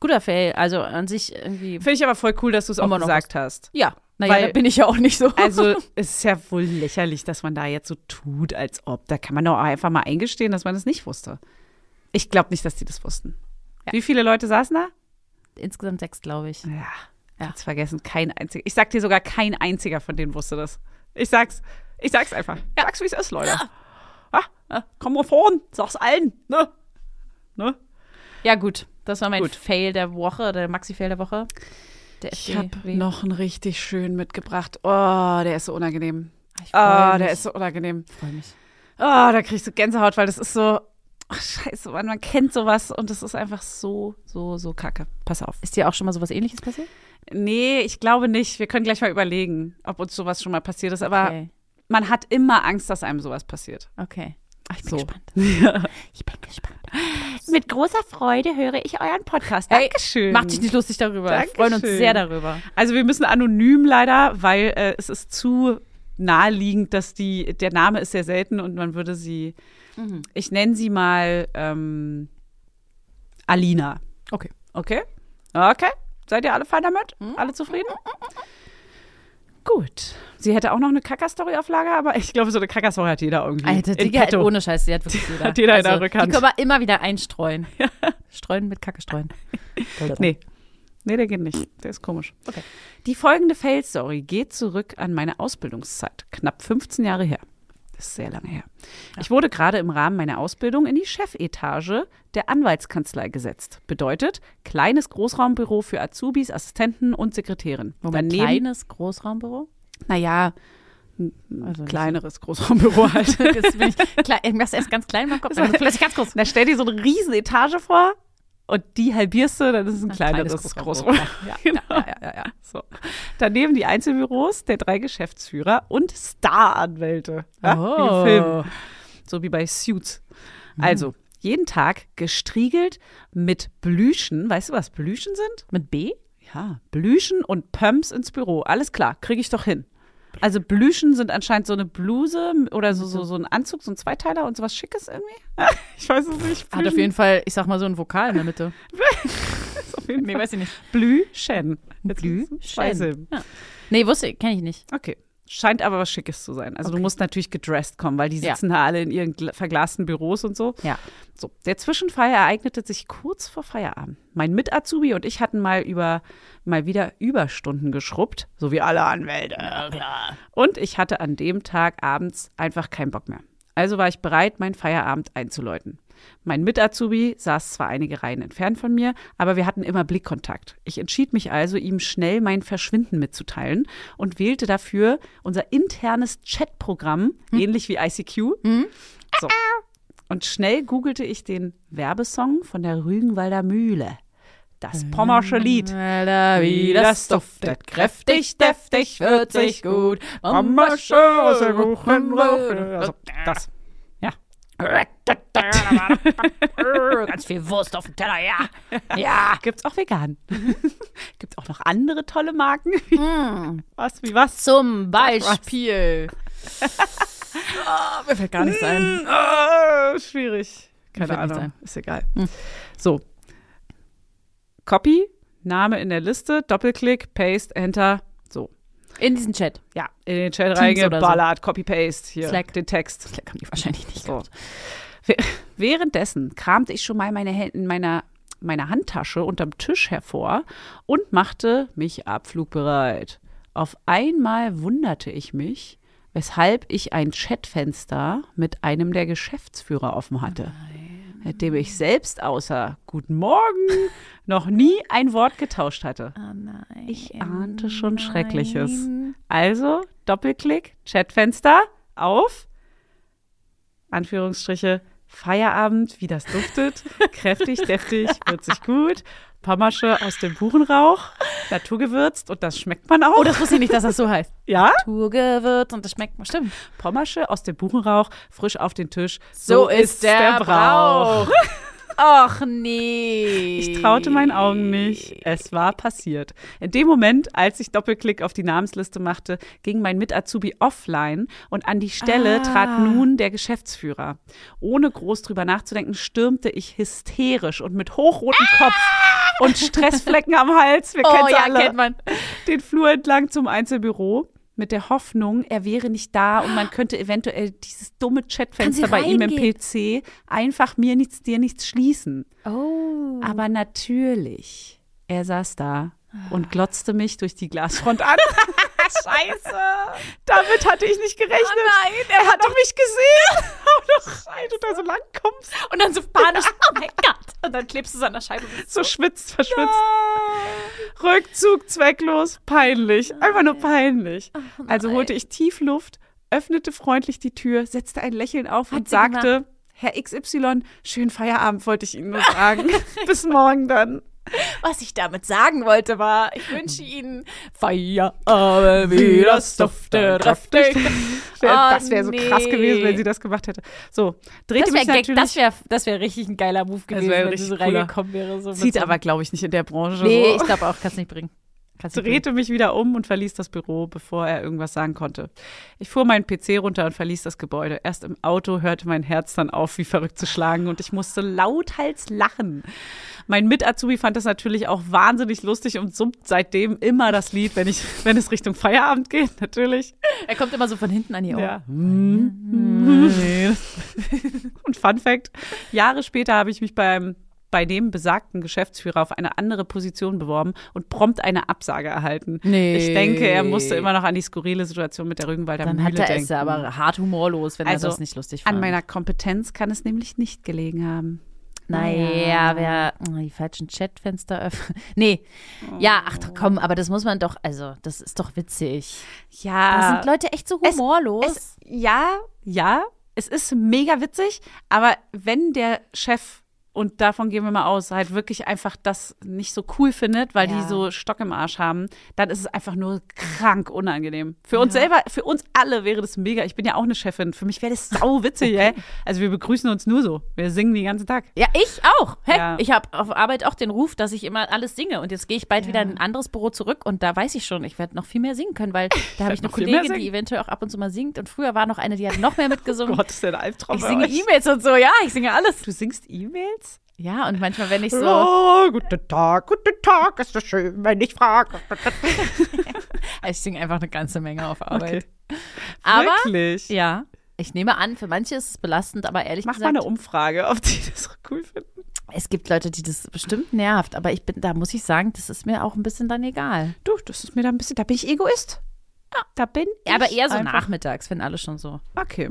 S1: Guter Fail. Also an sich irgendwie.
S2: Finde ich aber voll cool, dass du es auch
S1: Immer noch
S2: gesagt hast.
S1: Ja. Naja,
S2: Weil-
S1: da bin ich ja auch nicht so.
S2: Also es ist ja wohl lächerlich, dass man da jetzt so tut, als ob. Da kann man doch einfach mal eingestehen, dass man das nicht wusste. Ich glaube nicht, dass die das wussten.
S1: Ja.
S2: Wie viele Leute saßen da?
S1: Insgesamt sechs, glaube ich.
S2: Ja, ganz vergessen. Kein einziger. Ich sag dir sogar, kein einziger von denen wusste das. Ich sag's. Ich sag's einfach. Sag's, wie es ist, Leute. Ah, ah, komm mal vorn. Sag's allen. Ne? Ne?
S1: Ja, gut. Das war mein
S2: Gut.
S1: Fail der Woche, der Maxi-Fail der Woche. Der
S2: Ich habe
S1: FDW.
S2: noch einen richtig schönen mitgebracht. Oh, der ist so unangenehm.
S1: Ich
S2: Ah,
S1: freu
S2: der
S1: mich.
S2: ist so unangenehm.
S1: Ich freu mich.
S2: Ah, da kriegst du Gänsehaut, weil das ist so. Ach, scheiße, man, man kennt sowas und das ist einfach so, so, so kacke. Pass auf.
S1: Ist dir auch schon mal sowas ähnliches passiert?
S2: Nee, ich glaube nicht. Wir können gleich mal überlegen, ob uns sowas schon mal passiert ist. Aber
S1: Okay.
S2: man hat immer Angst, dass einem sowas passiert.
S1: Okay. Ach, Ah, ich bin
S2: So.
S1: gespannt. Ich bin gespannt.
S2: Mit großer Freude höre ich euren Podcast.
S1: Hey,
S2: Dankeschön.
S1: Macht dich nicht lustig darüber. Wir freuen uns
S2: Dankeschön.
S1: sehr darüber.
S2: Also wir müssen anonym leider, weil äh, es ist zu naheliegend, dass die, der Name ist sehr selten und man würde sie, ich nenne sie mal ähm, Alina.
S1: Okay.
S2: Okay? Okay. Seid ihr alle fein damit?
S1: Mhm.
S2: Alle zufrieden? Gut. Sie hätte auch noch eine Kacker-Story auf Lager, aber ich glaube, so eine Kacker-Story hat jeder irgendwie.
S1: Alter,
S2: in
S1: Digga,
S2: petto.
S1: ohne Scheiß, die hat wirklich jeder.
S2: hat jeder in der Rückhand.
S1: Die können wir immer wieder einstreuen. Streuen mit Kacke streuen.
S2: Nee. Nee, der geht nicht. Der ist komisch.
S1: Okay.
S2: Die folgende Fail-Story geht zurück an meine Ausbildungszeit. Knapp 15 Jahre her. Das ist sehr lange her. Ich wurde gerade im Rahmen meiner Ausbildung in die Chefetage der Anwaltskanzlei gesetzt. Bedeutet, kleines Großraumbüro für Azubis, Assistenten und Sekretärin.
S1: Moment, kleines Großraumbüro?
S2: naja,
S1: Also nicht
S2: kleineres Großraumbüro halt.
S1: so- Jetzt bin ich, klein, ich mach's erst ganz klein in meinem Kopf, dann plötzlich ganz groß.
S2: Na, stell dir so eine riesen Etage vor und die halbierst du, dann ist es ein,
S1: kleines
S2: kleineres
S1: Großraumbüro.
S2: Großraumbüro.
S1: Ja,
S2: genau.
S1: ja, ja, ja, ja.
S2: So. Daneben die Einzelbüros der drei Geschäftsführer und Staranwälte. Ja,
S1: Oh. Mhm.
S2: Wie im Film. So wie bei Suits. Also, jeden Tag gestriegelt mit Blüschen. Weißt du, was Blüschen sind?
S1: Mit B?
S2: Ja, Blüschen und Pumps ins Büro. Alles klar, kriege ich doch hin. Also Blüschen sind anscheinend so eine Bluse oder so, so, so ein Anzug, so ein Zweiteiler und sowas Schickes irgendwie. Ich weiß es nicht.
S1: Hat auf jeden Fall, ich sag mal so ein Vokal in der Mitte.
S2: Blüschen ist auf jeden
S1: Nee,
S2: Fall.
S1: weiß ich nicht.
S2: Blüschen. Jetzt
S1: Blüschen.
S2: zwei Silben.
S1: Ja. Nee, wusste ich, kenne ich nicht.
S2: Okay. Scheint aber was Schickes zu sein. Also du musst natürlich gedressed kommen, weil die
S1: Ja.
S2: sitzen da alle in ihren gla- verglasten Büros und so.
S1: Ja.
S2: So, der Zwischenfall ereignete sich kurz vor Feierabend. Mein Mit-Azubi und ich hatten mal über mal wieder Überstunden geschrubbt, so wie alle Anwälte. Und ich hatte an dem Tag abends einfach keinen Bock mehr. Also war ich bereit, meinen Feierabend einzuläuten. Mein Mit-Azubi saß zwar einige Reihen entfernt von mir, aber wir hatten immer Blickkontakt. Ich entschied mich also, ihm schnell mein Verschwinden mitzuteilen und wählte dafür unser internes Chatprogramm, ähnlich wie ICQ. So. Und schnell googelte ich den Werbesong von der Rügenwalder Mühle. Das pommersche Lied.
S1: Wie
S2: das duftet kräftig, deftig, würzig, gut. Mama aus der Kuchen Also, das. Ja.
S1: Ganz viel Wurst auf dem Teller, ja. Ja.
S2: Gibt's auch vegan. Gibt's auch noch andere tolle Marken? Was, wie was?
S1: Zum Beispiel.
S2: Oh, Mir fällt gar nichts ein. Ah, schwierig. Keine
S1: fällt nichts
S2: Ahnung. Ist egal. Hm. So. Copy, Name in der Liste, Doppelklick, Paste, Enter. So.
S1: In diesen Chat.
S2: Ja, in den
S1: Teams
S2: Chat
S1: oder so.
S2: reingeballert, Copy-Paste, hier,
S1: Slack.
S2: den Text.
S1: Slack haben die wahrscheinlich nicht
S2: So. Wäh- Währenddessen kramte ich schon mal meine Hände in meiner, meiner Handtasche unterm Tisch hervor und machte mich abflugbereit. Auf einmal wunderte ich mich, weshalb ich ein Chatfenster mit einem der Geschäftsführer offen hatte, mit dem ich selbst außer Guten Morgen noch nie ein Wort getauscht hatte.
S1: Oh nein.
S2: Ich ahnte schon Schreckliches. Also Doppelklick, Chatfenster auf. Anführungsstriche, Feierabend, wie das duftet. Kräftig, deftig, würzig gut. Pommersche aus dem Buchenrauch, naturgewürzt und das schmeckt man auch.
S1: Oh, das wusste ich nicht, dass das so heißt.
S2: ja?
S1: Tourgewürz und das schmeckt bestimmt.
S2: Pommersche aus dem Buchenrauch, frisch auf den Tisch.
S1: Och nee.
S2: Ich traute meinen Augen nicht. Es war passiert. In dem Moment, als ich Doppelklick auf die Namensliste machte, ging mein Mit-Azubi offline und an die Stelle
S1: Ah.
S2: trat nun der Geschäftsführer. Ohne groß drüber nachzudenken, stürmte ich hysterisch und mit hochrotem Kopf und Stressflecken am Hals, wir
S1: Oh
S2: kennen's
S1: ja,
S2: alle,
S1: kennt man.
S2: den Flur entlang zum Einzelbüro. Mit der Hoffnung, er wäre nicht da und man könnte eventuell dieses dumme Chatfenster
S1: sie
S2: bei ihm im
S1: reingehen?
S2: PC einfach mir nichts, dir nichts schließen.
S1: Oh.
S2: Aber natürlich, er saß da und glotzte mich durch die Glasfront an.
S1: Ah, Scheiße.
S2: Damit hatte ich nicht gerechnet.
S1: Oh nein,
S2: er hat doch mich gesehen. Oh nein, du da so lang kommst,
S1: Und dann so panisch. Oh mein Gott. Und dann klebst du es an der Scheibe.
S2: so schwitzt, verschwitzt. Rückzug zwecklos, peinlich, einfach nur peinlich. Also holte ich tief Luft, öffnete freundlich die Tür, setzte ein Lächeln auf und
S1: sie
S2: sagte, Herr XY, schönen Feierabend wollte ich Ihnen nur sagen. Bis morgen dann.
S1: Was ich damit sagen wollte, war, ich wünsche Ihnen Feierabend, wie das duftet, kräftig.
S2: Wär-
S1: Oh,
S2: das wäre so krass
S1: nee.
S2: gewesen, wenn sie das gemacht hätte. So, drehte
S1: Das
S2: mich
S1: wäre
S2: natürlich.
S1: das wär, das wär richtig ein geiler Move gewesen,
S2: wär
S1: wenn du
S2: richtig
S1: so
S2: cooler.
S1: reingekommen wäre. So mit
S2: zieht
S1: so-
S2: aber, glaube ich, nicht in der Branche.
S1: Nee, ich
S2: so.
S1: glaube auch, kannst nicht bringen. Kannst nicht bringen.
S2: drehte mich wieder um und verließ das Büro, bevor er irgendwas sagen konnte. Ich fuhr meinen PC runter und verließ das Gebäude. Erst im Auto hörte mein Herz dann auf, wie verrückt zu schlagen und ich musste lauthals lachen. Mein Mit-Azubi fand das natürlich auch wahnsinnig lustig und summt seitdem immer das Lied, wenn, ich, wenn es Richtung Feierabend geht, natürlich.
S1: Er kommt immer so von hinten an die Ohren.
S2: Ja.
S1: Mhm.
S2: Nee. Und Fun Fact: Jahre später habe ich mich beim bei dem besagten Geschäftsführer auf eine andere Position beworben und prompt eine Absage erhalten.
S1: Nee.
S2: Ich denke, er musste immer noch an die skurrile Situation mit der Rügenwalder
S1: Dann
S2: Mühle
S1: hat er
S2: denken.
S1: es aber hart humorlos, wenn
S2: Also,
S1: er das nicht lustig fand.
S2: an meiner Kompetenz kann es nämlich nicht gelegen haben.
S1: naja, wer oh, die falschen Chatfenster öffnet. Nee. Ja, ach
S2: Oh.
S1: komm, aber das muss man doch, also, das ist doch witzig. Da
S2: Ja.
S1: sind Leute echt so humorlos.
S2: Ah. es, ja, ja, es ist mega witzig, aber wenn der Chef, und davon gehen wir mal aus, halt wirklich einfach das nicht so cool findet, weil
S1: Ja.
S2: die so Stock im Arsch haben, dann ist es einfach nur krank unangenehm. Für uns selber, für uns alle wäre das mega. Ich bin ja auch eine Chefin. Für mich wäre das sau witzig, ey. Also wir begrüßen uns nur so. Wir singen den ganzen Tag.
S1: Ja, ich auch. Hä?
S2: Ja.
S1: Ich habe auf Arbeit auch den Ruf, dass ich immer alles singe. Und jetzt gehe ich bald wieder in ein anderes Büro zurück und da weiß ich schon, ich werde noch viel mehr singen können, weil da habe ich eine
S2: noch viel mehr
S1: Kollegin, die
S2: singen.
S1: eventuell auch ab und zu mal singt. Und früher war noch eine, die hat noch mehr mitgesungen.
S2: Gott, das ist ja ein Albtraum.
S1: ich
S2: bei
S1: singe
S2: euch.
S1: E-Mails und so, ja, ich singe alles.
S2: Du singst E-Mails?
S1: Ja, und manchmal, wenn ich so,
S2: Oh, guten Tag, guten Tag, ist das schön, wenn ich frage.
S1: ich singe einfach eine ganze Menge auf Arbeit.
S2: Okay.
S1: Aber,
S2: Wirklich?
S1: ja, ich nehme an, für manche ist es belastend, aber ehrlich
S2: Mach mal
S1: gesagt,
S2: eine Umfrage, ob die das cool finden.
S1: es gibt Leute, die das bestimmt nervt. Aber ich bin, da muss ich sagen, das ist mir auch ein bisschen dann egal.
S2: Du, das ist mir da ein bisschen, da bin ich Egoist. Da bin ich.
S1: Aber eher so Ne?
S2: einfach-
S1: nachmittags, wenn alle schon so.
S2: Okay.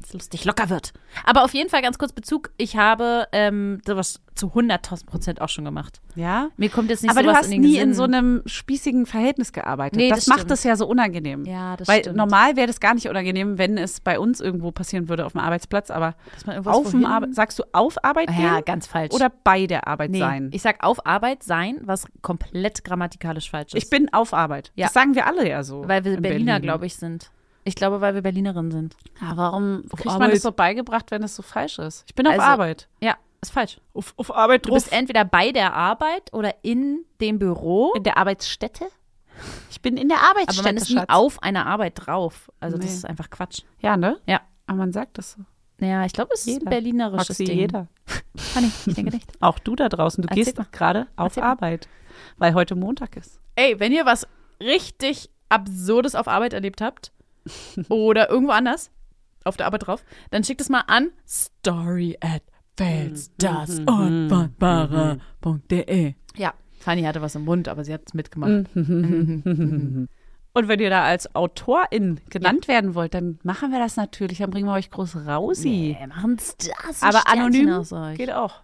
S1: es lustig locker wird. Aber auf jeden Fall ganz kurz Bezug. Ich habe ähm, sowas zu 100.000 Prozent auch schon gemacht.
S2: Ja.
S1: Mir kommt jetzt nicht
S2: Aber du
S1: sowas
S2: hast
S1: in den
S2: nie
S1: Sinn.
S2: in so einem spießigen Verhältnis gearbeitet.
S1: Nee,
S2: das
S1: das
S2: macht
S1: stimmt.
S2: das ja so unangenehm.
S1: Ja, das
S2: Weil
S1: stimmt.
S2: normal wäre das gar nicht unangenehm, wenn es bei uns irgendwo passieren würde auf dem Arbeitsplatz, aber
S1: Dass man irgendwas
S2: auf dem
S1: wohin-
S2: Arbeit sagst du auf Arbeit gehen
S1: Ja, ganz falsch.
S2: oder bei der Arbeit
S1: nee,
S2: sein?
S1: Ich sag auf Arbeit sein, was komplett grammatikalisch falsch ist.
S2: Ich bin auf Arbeit.
S1: Ja.
S2: Das sagen wir alle ja so.
S1: weil wir
S2: in
S1: Berliner,
S2: Berlin.
S1: glaube ich, sind. Ich glaube, weil wir Berlinerinnen sind.
S2: Ja, warum kriegt man
S1: Arbeit.
S2: das so beigebracht, wenn das so falsch ist? Ich bin auf
S1: Also,
S2: Arbeit.
S1: Ja, ist falsch.
S2: Auf, auf Arbeit
S1: Du bist entweder bei der Arbeit oder in dem Büro,
S2: in der Arbeitsstätte? Ich bin in der Arbeitsstätte.
S1: aber man ist nie
S2: Schatz.
S1: auf einer Arbeit drauf. Also
S2: Nee.
S1: das ist einfach Quatsch.
S2: Ja, ne?
S1: Ja.
S2: Aber man sagt das so.
S1: Naja, ich glaube, es ist
S2: Jeder.
S1: ein berlinerisches
S2: Maxi,
S1: Ding.
S2: jeder.
S1: Ah, nee, ich denke nicht.
S2: Auch du da draußen, du
S1: Erzähl
S2: gehst
S1: mal.
S2: gerade auf
S1: Erzähl mal.
S2: Arbeit, weil heute Montag ist.
S1: Ey, wenn ihr was richtig Absurdes auf Arbeit erlebt habt oder irgendwo anders auf der Arbeit drauf, dann schickt es mal an story at
S3: felsdasunfassbare.de.
S1: Ja, Mm. Fanny hatte was im Mund, aber sie hat es mitgemacht.
S2: Und wenn ihr da als Autorin genannt werden wollt, dann machen wir das natürlich. Dann bringen wir euch groß rausi.
S1: Nee, machen's das. ein
S2: Aber
S1: Sternchen
S2: anonym
S1: aus euch.
S2: geht auch.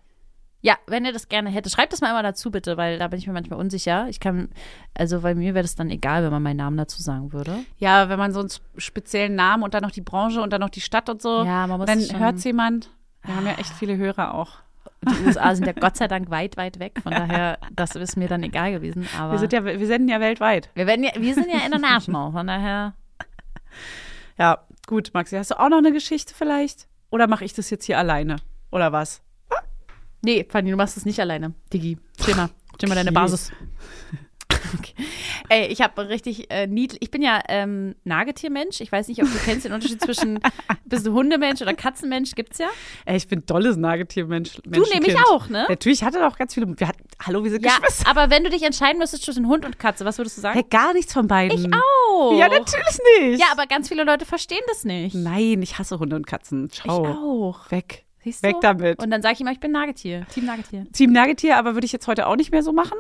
S1: Ja, wenn ihr das gerne hättet, schreibt das mal immer dazu bitte, weil da bin ich mir manchmal unsicher. Ich kann, also bei mir wäre das dann egal, wenn man meinen Namen dazu sagen würde.
S2: Ja, wenn man so einen sp- speziellen Namen und dann noch die Branche und dann noch die Stadt und so,
S1: Ja, man muss
S2: dann
S1: das schon- Ah.
S2: hört's jemand. Wir haben ja echt viele Hörer auch.
S1: Die USA sind ja Gott sei Dank weit, weit weg. Von daher, das ist mir dann egal gewesen. Aber
S2: Wir, sind ja, wir senden ja weltweit.
S1: wir, werden ja, wir sind ja international, von daher.
S2: Ja, gut, Maxi, hast du auch noch eine Geschichte vielleicht? Oder mache ich das jetzt hier alleine? Oder was?
S1: Nee, Fanny, du machst es nicht alleine. Digi, chill mal. Chill mal deine
S2: Okay.
S1: Basis. okay. Ey, ich habe richtig äh, niedlich. Ich bin ja ähm, Nagetiermensch. Ich weiß nicht, ob du kennst den Unterschied zwischen bist du Hundemensch oder Katzenmensch, gibt's ja.
S2: Ey, ich bin dolles Nagetiermensch.
S1: Du nämlich auch, ne?
S2: Natürlich, ich hatte da auch ganz viele. Wir hatten, hallo, wir sind
S1: Ja,
S2: Geschwister.
S1: aber wenn du dich entscheiden müsstest zwischen Hund und Katze, was würdest du sagen?
S2: Hey, gar nichts von beiden.
S1: Ich auch.
S2: hm. Ja, natürlich nicht.
S1: Ja, aber ganz viele Leute verstehen das nicht.
S2: Nein, ich hasse Hunde und Katzen.
S1: Ich
S2: Ciao.
S1: auch.
S2: Weg.
S1: Siehst du?
S2: Weg damit.
S1: Und dann sage ich immer, ich bin Nagetier. Team Nagetier.
S2: Team Nagetier, aber würde ich jetzt heute auch nicht mehr so machen.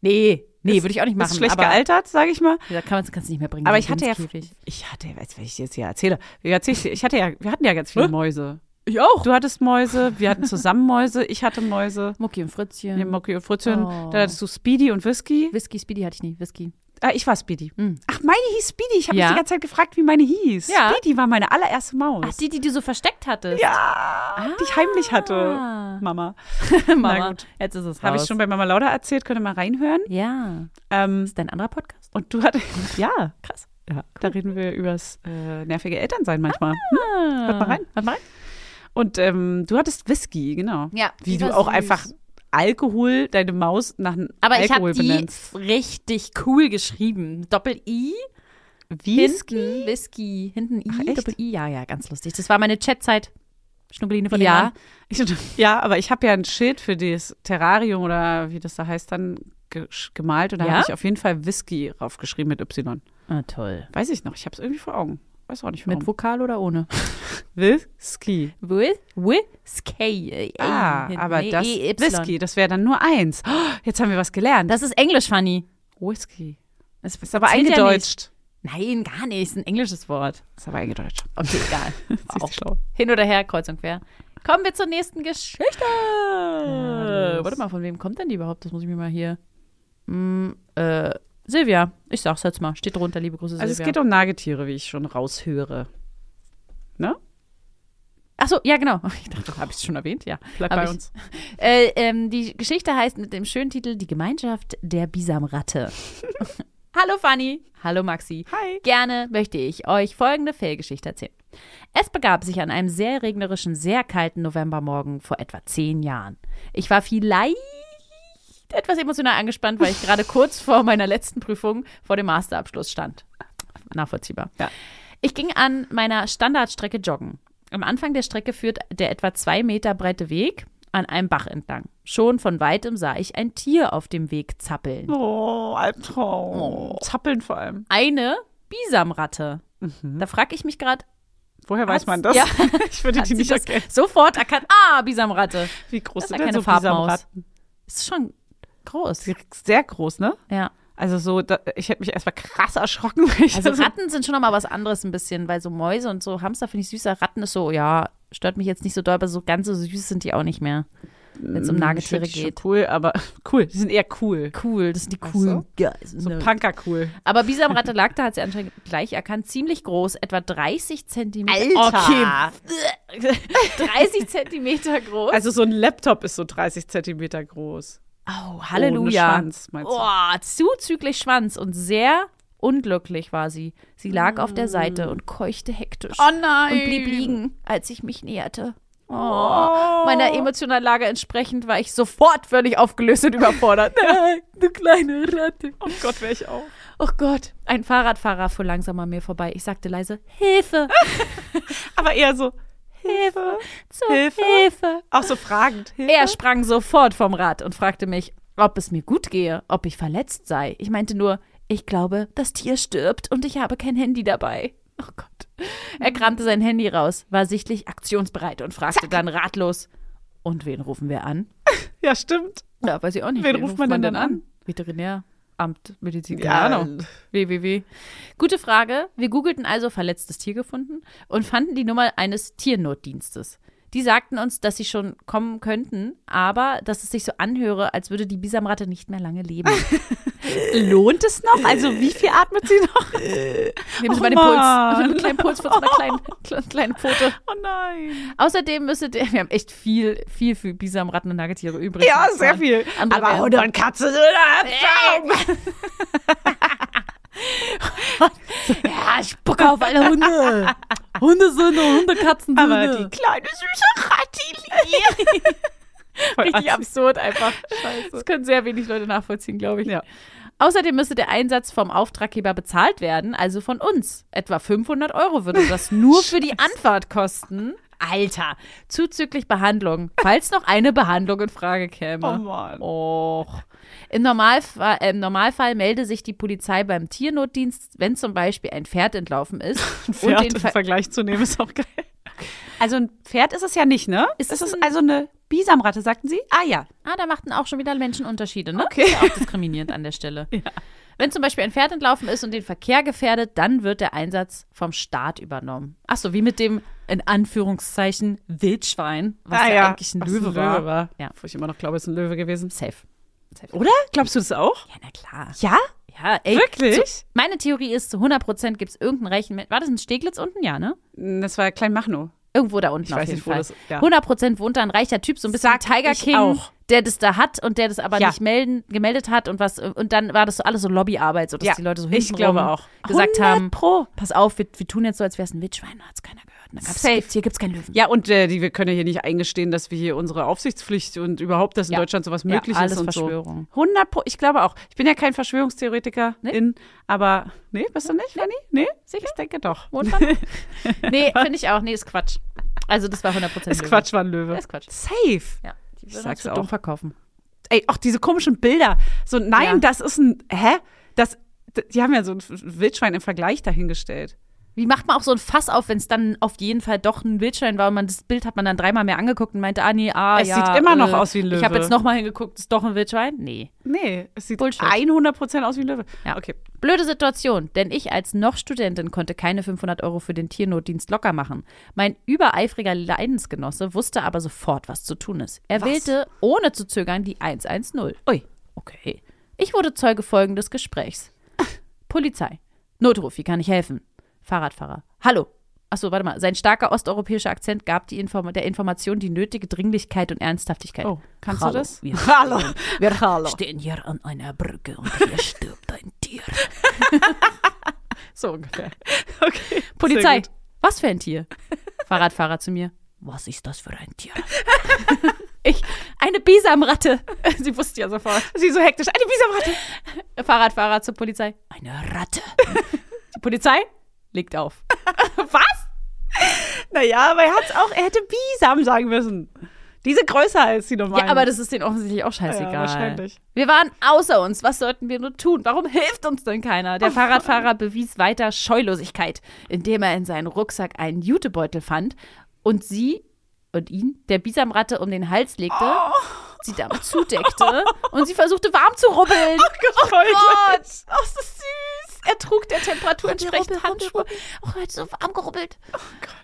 S1: Nee, nee,
S2: Ist-
S1: würde ich auch nicht machen.
S2: Ist schlecht
S1: aber
S2: gealtert, sage ich mal.
S1: Da kann man es nicht mehr bringen.
S2: Aber
S1: so
S2: ich hatte ja,
S1: Käfig.
S2: ich hatte, jetzt, wenn ich jetzt hier erzähle, Wie erzähl ich, ich hatte ja, wir hatten ja ganz viele Mäuse.
S1: Ich auch.
S2: Du hattest Mäuse, wir hatten zusammen Mäuse, ich hatte Mäuse.
S1: Mucki und Fritzchen.
S2: Wir haben Mocky und Fritzchen,
S1: Oh.
S2: dann hattest du Speedy und Whisky.
S1: Whisky, Speedy hatte ich nie. Whisky.
S2: Ah, ich war Speedy. Ach, meine hieß Speedy. Ich habe
S1: Mhm. Ja.
S2: mich die ganze Zeit gefragt, wie meine hieß.
S1: Ja.
S2: Speedy war meine allererste Maus.
S1: Ach, die, Ah. die du so versteckt hattest.
S2: Ja, die ich heimlich hatte.
S1: Ah.
S2: Mama.
S1: Mama.
S2: Na gut.
S1: Jetzt ist es raus.
S2: Habe ich schon bei Mama Lauda erzählt, könnt ihr mal reinhören.
S1: Ja.
S2: Ähm,
S1: Ist dein anderer Podcast?
S2: und du hattest. Ja, krass. Ja, Da reden wir übers äh, nervige Elternsein manchmal.
S1: Ah.
S2: Hört mal rein.
S1: Hört mal rein.
S2: Und ähm, du hattest Whisky, genau.
S1: Ja,
S2: Wie
S1: die
S2: du
S1: war
S2: auch
S1: süß.
S2: einfach Alkohol, deine Maus nach einem
S1: Aber ich
S2: Alkohol
S1: habe die
S2: benennst.
S1: richtig cool geschrieben. Doppel-I.
S2: Whisky?
S1: Hinten Whisky. Hinten I,
S2: echt?
S1: Doppel-I. Ja, ja, ganz lustig. Das war meine Chatzeit. Schnuckeline von dem
S2: Ja,
S1: Mann.
S2: ich, ja, aber ich habe ja ein Schild für das Terrarium oder wie das da heißt, dann ge gemalt und da
S1: Ja?
S2: habe ich auf jeden Fall Whisky raufgeschrieben mit Y.
S1: Ah, toll.
S2: Weiß ich noch, ich habe es irgendwie vor Augen. Weiß auch nicht warum.
S1: Mit Vokal oder ohne?
S2: Whisky.
S1: Whi- Whisky.
S2: Ah,
S1: Ey,
S2: aber
S1: nee,
S2: das
S1: EY.
S2: Whisky, das wäre dann nur eins. Oh, jetzt haben wir was gelernt.
S1: Das ist Englisch, Fanny.
S2: Whisky.
S1: Das
S2: Ist aber
S1: zählt ja
S2: eingedeutscht.
S1: nicht. Nein, gar nicht. Ist ein englisches Wort.
S2: Ist aber eingedeutscht.
S1: Okay, egal.
S2: Siehst du,
S1: Auch
S2: schlau.
S1: Hin oder her, kreuz und quer. Kommen wir zur nächsten Geschichte.
S2: los.
S1: Warte mal, von wem kommt denn die überhaupt? Das muss ich mir mal hier. Mm, äh, Silvia. Ich sag's jetzt mal. Steht drunter, liebe Grüße, Silvia.
S2: Also es geht um Nagetiere, wie ich schon raushöre.
S1: Achso, ja, genau. Ich dachte, habe ich es schon erwähnt? Ja.
S2: Bleib
S1: Hab
S2: bei
S1: ich.
S2: uns.
S1: Äh, ähm, die Geschichte heißt mit dem schönen Titel Die Gemeinschaft der Bisamratte. Hallo Fanny. Hallo Maxi.
S2: Hi.
S1: Gerne möchte ich euch folgende Fehlgeschichte erzählen. Es begab sich an einem sehr regnerischen, sehr kalten Novembermorgen vor etwa zehn Jahren. Ich war vielleicht etwas emotional angespannt, weil ich gerade kurz vor meiner letzten Prüfung vor dem Masterabschluss stand. Nachvollziehbar.
S2: Ja.
S1: Ich ging an meiner Standardstrecke joggen. Am Anfang der Strecke führt der etwa zwei Meter breite Weg an einem Bach entlang. Schon von weitem sah ich ein Tier auf dem Weg zappeln.
S2: Oh, Albtraum. Zappeln vor allem.
S1: Eine Bisamratte.
S2: Mhm.
S1: Da frage ich mich gerade,
S2: Woher
S1: Hat's-
S2: weiß man das?
S1: Ja.
S2: Ich würde
S1: hat
S2: die
S1: sie
S2: nicht
S1: das
S2: erkennen.
S1: sofort erkannt. Ah, Bisamratte.
S2: Wie groß
S1: Das
S2: sind
S1: war
S2: denn
S1: keine
S2: so Bisamratten?
S1: Farbmaus. Ist schon groß.
S2: Sehr groß, ne?
S1: Ja.
S2: Also so, da, ich hätte mich erstmal krass erschrocken. Weil ich
S1: Also
S2: das so-
S1: Ratten sind schon noch mal was anderes ein bisschen, weil so Mäuse und so Hamster finde ich süßer. Ratten ist so, ja, stört mich jetzt nicht so doll, aber so ganz so süß sind die auch nicht mehr. Wenn es um
S2: Mm,
S1: Nagetiere
S2: ich find die schon
S1: geht.
S2: Cool, aber cool. Die sind eher cool.
S1: Cool, das sind die
S2: Ach
S1: coolen
S2: so.
S1: Guys. in
S2: So
S1: der-
S2: Punker cool.
S1: aber Bisamratte lag da, hat sie anscheinend gleich erkannt. Ziemlich groß, etwa 30 Zentimeter.
S2: Alter.
S1: Okay. 30 Zentimeter groß.
S2: Also so ein Laptop ist so 30 Zentimeter groß.
S1: oh,
S2: Ohne
S1: Halleluja.
S2: Schwanz, meinst du?
S1: Oh, zuzüglich Schwanz und sehr unglücklich war sie. Sie lag auf der Seite und keuchte hektisch.
S2: Mm. Oh nein.
S1: und blieb liegen, als ich mich näherte. Oh. Meiner emotionalen Lage entsprechend war ich sofort völlig aufgelöst und überfordert. du kleine Ratte.
S2: Oh Gott, wäre ich auch.
S1: Oh Gott. Ein Fahrradfahrer fuhr langsam an mir vorbei. Ich sagte leise, Hilfe,
S2: Aber eher so,
S1: Hilfe, zur Hilfe.
S2: Hilfe? auch so fragend. Hilfe?
S1: Er sprang sofort vom Rad und fragte mich, ob es mir gut gehe, ob ich verletzt sei. Ich meinte nur, ich glaube, das Tier stirbt und ich habe kein Handy dabei. Oh Gott. Er kramte sein Handy raus, war sichtlich aktionsbereit und fragte dann ratlos, und wen rufen wir an?
S2: Ja, stimmt.
S1: Ja, weiß ich auch nicht.
S2: Wen ruft man denn dann an?
S1: Veterinäramt, Medizin, keine
S2: Ja.
S1: Ahnung. www. Gute Frage. Wir googelten also verletztes Tier gefunden und fanden die Nummer eines Tiernotdienstes. Die sagten uns, dass sie schon kommen könnten, aber dass es sich so anhöre, als würde die Bisamratte nicht mehr lange leben.
S2: Lohnt es noch? Also wie viel atmet sie noch?
S1: Wir müssen
S2: Oh
S1: mal den Puls,
S2: Mann.
S1: einen kleinen Puls von so einer kleinen, kleinen, kleinen Pfote.
S2: Oh nein.
S1: Außerdem müsstet ihr, wir haben echt viel, viel für Bisamratten und Nagetiere übrig.
S2: Ja, sehr viel.
S1: Andere Äh, werden-
S2: und Katze äh, sind Erfahrung.
S1: Ja, ich spucke auf alle Hunde.
S3: Hundesöhne, Hundekatzen.
S2: Aber die kleine süße Rattili.
S1: Richtig absurd einfach.
S2: Also
S1: Das können sehr wenig Leute nachvollziehen, glaube ich. Außerdem müsste der Einsatz vom Auftraggeber bezahlt werden, also von uns. Etwa 500 Euro würde das nur für die Anfahrt kosten. Alter, zuzüglich Behandlung, falls noch eine Behandlung in Frage
S2: Oh
S1: käme.
S2: Mann.
S1: Och. Im Normalfall, äh, Im Normalfall melde sich die Polizei beim Tiernotdienst, wenn zum Beispiel ein Pferd entlaufen ist.
S2: Pferd
S1: und den
S2: im
S1: Ver
S2: Vergleich zu nehmen ist auch geil. Also ein Pferd ist es ja nicht, ne?
S1: Ist
S2: Ist
S1: es
S2: es ist
S1: ein-
S2: also eine Bisamratte, sagten Sie? Ah ja.
S1: Ah, da machten auch schon wieder Menschen Unterschiede, ne?
S2: Okay.
S1: Ist ja auch diskriminierend an der Stelle. Wenn zum Beispiel ein Pferd entlaufen ist und den Verkehr gefährdet, dann wird der Einsatz vom Staat übernommen. Ach so, wie mit dem, in Anführungszeichen, Wildschwein, was
S2: ah,
S1: ja,
S2: ja.
S1: eigentlich ein
S2: Was
S1: Löwe war. Ja.
S2: Ja. Wo ich immer noch glaube, es ist ein Löwe gewesen.
S1: Safe. Safe.
S2: Oder? Glaubst du das auch?
S1: Ja, na klar.
S2: Ja?
S1: Ja, ey.
S2: Wirklich?
S1: So, meine Theorie ist, zu 100% gibt es irgendeinen Rechen. War das in Steglitz unten? Ja, ne?
S2: Das war Kleinmachnow.
S1: Irgendwo da unten
S2: Ich
S1: auf
S2: weiß
S1: jeden
S2: nicht, wo
S1: Fall.
S2: das- ja.
S1: 100% wohnt da ein reicher Typ, so ein bisschen
S2: Sag
S1: Tiger
S2: ich
S1: King,
S2: auch.
S1: der das da hat und der das aber
S2: Ja.
S1: nicht melden, gemeldet hat und was und dann war das so alles so Lobbyarbeit, so dass die Leute so
S2: ich
S1: hintenrum
S2: glaube auch.
S1: gesagt haben,
S2: Pro.
S1: pass auf, wir, wir tun jetzt so, als wäre es ein Wildschwein, da hat es keiner gehört. Und Dann gab's,
S2: Safe.
S1: gibt's, hier gibt's keinen Löwen.
S2: Ja, und äh, die, wir können ja hier nicht eingestehen, dass wir hier unsere Aufsichtspflicht und überhaupt, dass in
S1: Ja.
S2: Deutschland sowas
S1: Ja,
S2: möglich
S1: alles
S2: ist. Und
S1: Verschwörung.
S2: So. 100 Pro, ich glaube auch. Ich bin ja kein Verschwörungstheoretiker, in, aber nee, bist du nicht, Fanny? Nee, sicher? Ich denke doch.
S1: Mondmann? nee, finde ich auch. Nee, ist Quatsch. Also das war 100%
S2: Ist
S1: Löwe.
S2: Quatsch, war ein Löwe.
S1: Ist Quatsch.
S2: Safe.
S1: Ja, die würden uns
S2: sag's
S1: für dumm
S2: auch.
S1: verkaufen.
S2: Ey, auch diese komischen Bilder. So, nein,
S1: Ja.
S2: das ist ein, hä? Das, d- die haben ja so ein Wildschwein im Vergleich dahingestellt.
S1: Wie macht man auch so ein Fass auf, wenn es dann auf jeden Fall doch ein Wildschwein war und man das Bild hat man dann dreimal mehr angeguckt und meinte, ah nee, ah
S2: Es
S1: ja.
S2: sieht immer noch aus wie ein
S1: Ich habe
S2: Löwe.
S1: jetzt nochmal hingeguckt, ist doch ein Wildschwein? Nee.
S2: Nee, es sieht
S1: Bullshit.
S2: 100% aus wie ein Löwe.
S1: Ja.
S2: Okay.
S1: Blöde Situation, denn ich als noch Studentin konnte keine 500 Euro für den Tiernotdienst locker machen. Mein übereifriger Leidensgenosse wusste aber sofort, was zu tun ist. Er
S2: Was?
S1: wählte ohne zu zögern die 110.
S2: Ui.
S1: Okay. Ich wurde Zeuge folgendes Gesprächs. Polizei. Notruf, wie kann ich helfen? Fahrradfahrer. Hallo. Achso, warte mal. Sein starker osteuropäischer Akzent gab die Inform der Information die nötige Dringlichkeit und Ernsthaftigkeit.
S2: Oh, kannst
S1: Hallo,
S2: du das?
S1: Wir
S2: Hallo. Wir hallo.
S1: stehen hier an einer Brücke und hier stirbt ein Tier.
S2: So ungefähr. Okay. Sehr
S1: Polizei,
S2: gut.
S1: was für ein Tier? Fahrradfahrer zu mir. Was ist das für ein Tier? ich, eine Bisamratte. Sie wusste ja sofort.
S2: Sie so hektisch. Eine Bisamratte.
S1: Fahrradfahrer zur Polizei. Eine Ratte. Die Polizei legt auf.
S2: Naja, aber er, hat's auch, er hätte Bisam sagen müssen. Diese größer als die normalen.
S1: Ja, aber das ist denen offensichtlich auch scheißegal.
S2: Ja, wahrscheinlich.
S1: Wir waren außer uns. Was sollten wir nur tun? Warum hilft uns denn keiner? Der Fahrradfahrer bewies weiter Scheulosigkeit, indem er in seinen Rucksack einen Jutebeutel fand und sie und ihn der Bisamratte um den Hals legte sie damit zudeckte und sie versuchte warm zu rubbeln.
S2: Oh
S1: Gott, ach, ist das süß. Er trug der Temperatur entsprechend Handschuhe. Oh, er hat so warm gerubbelt.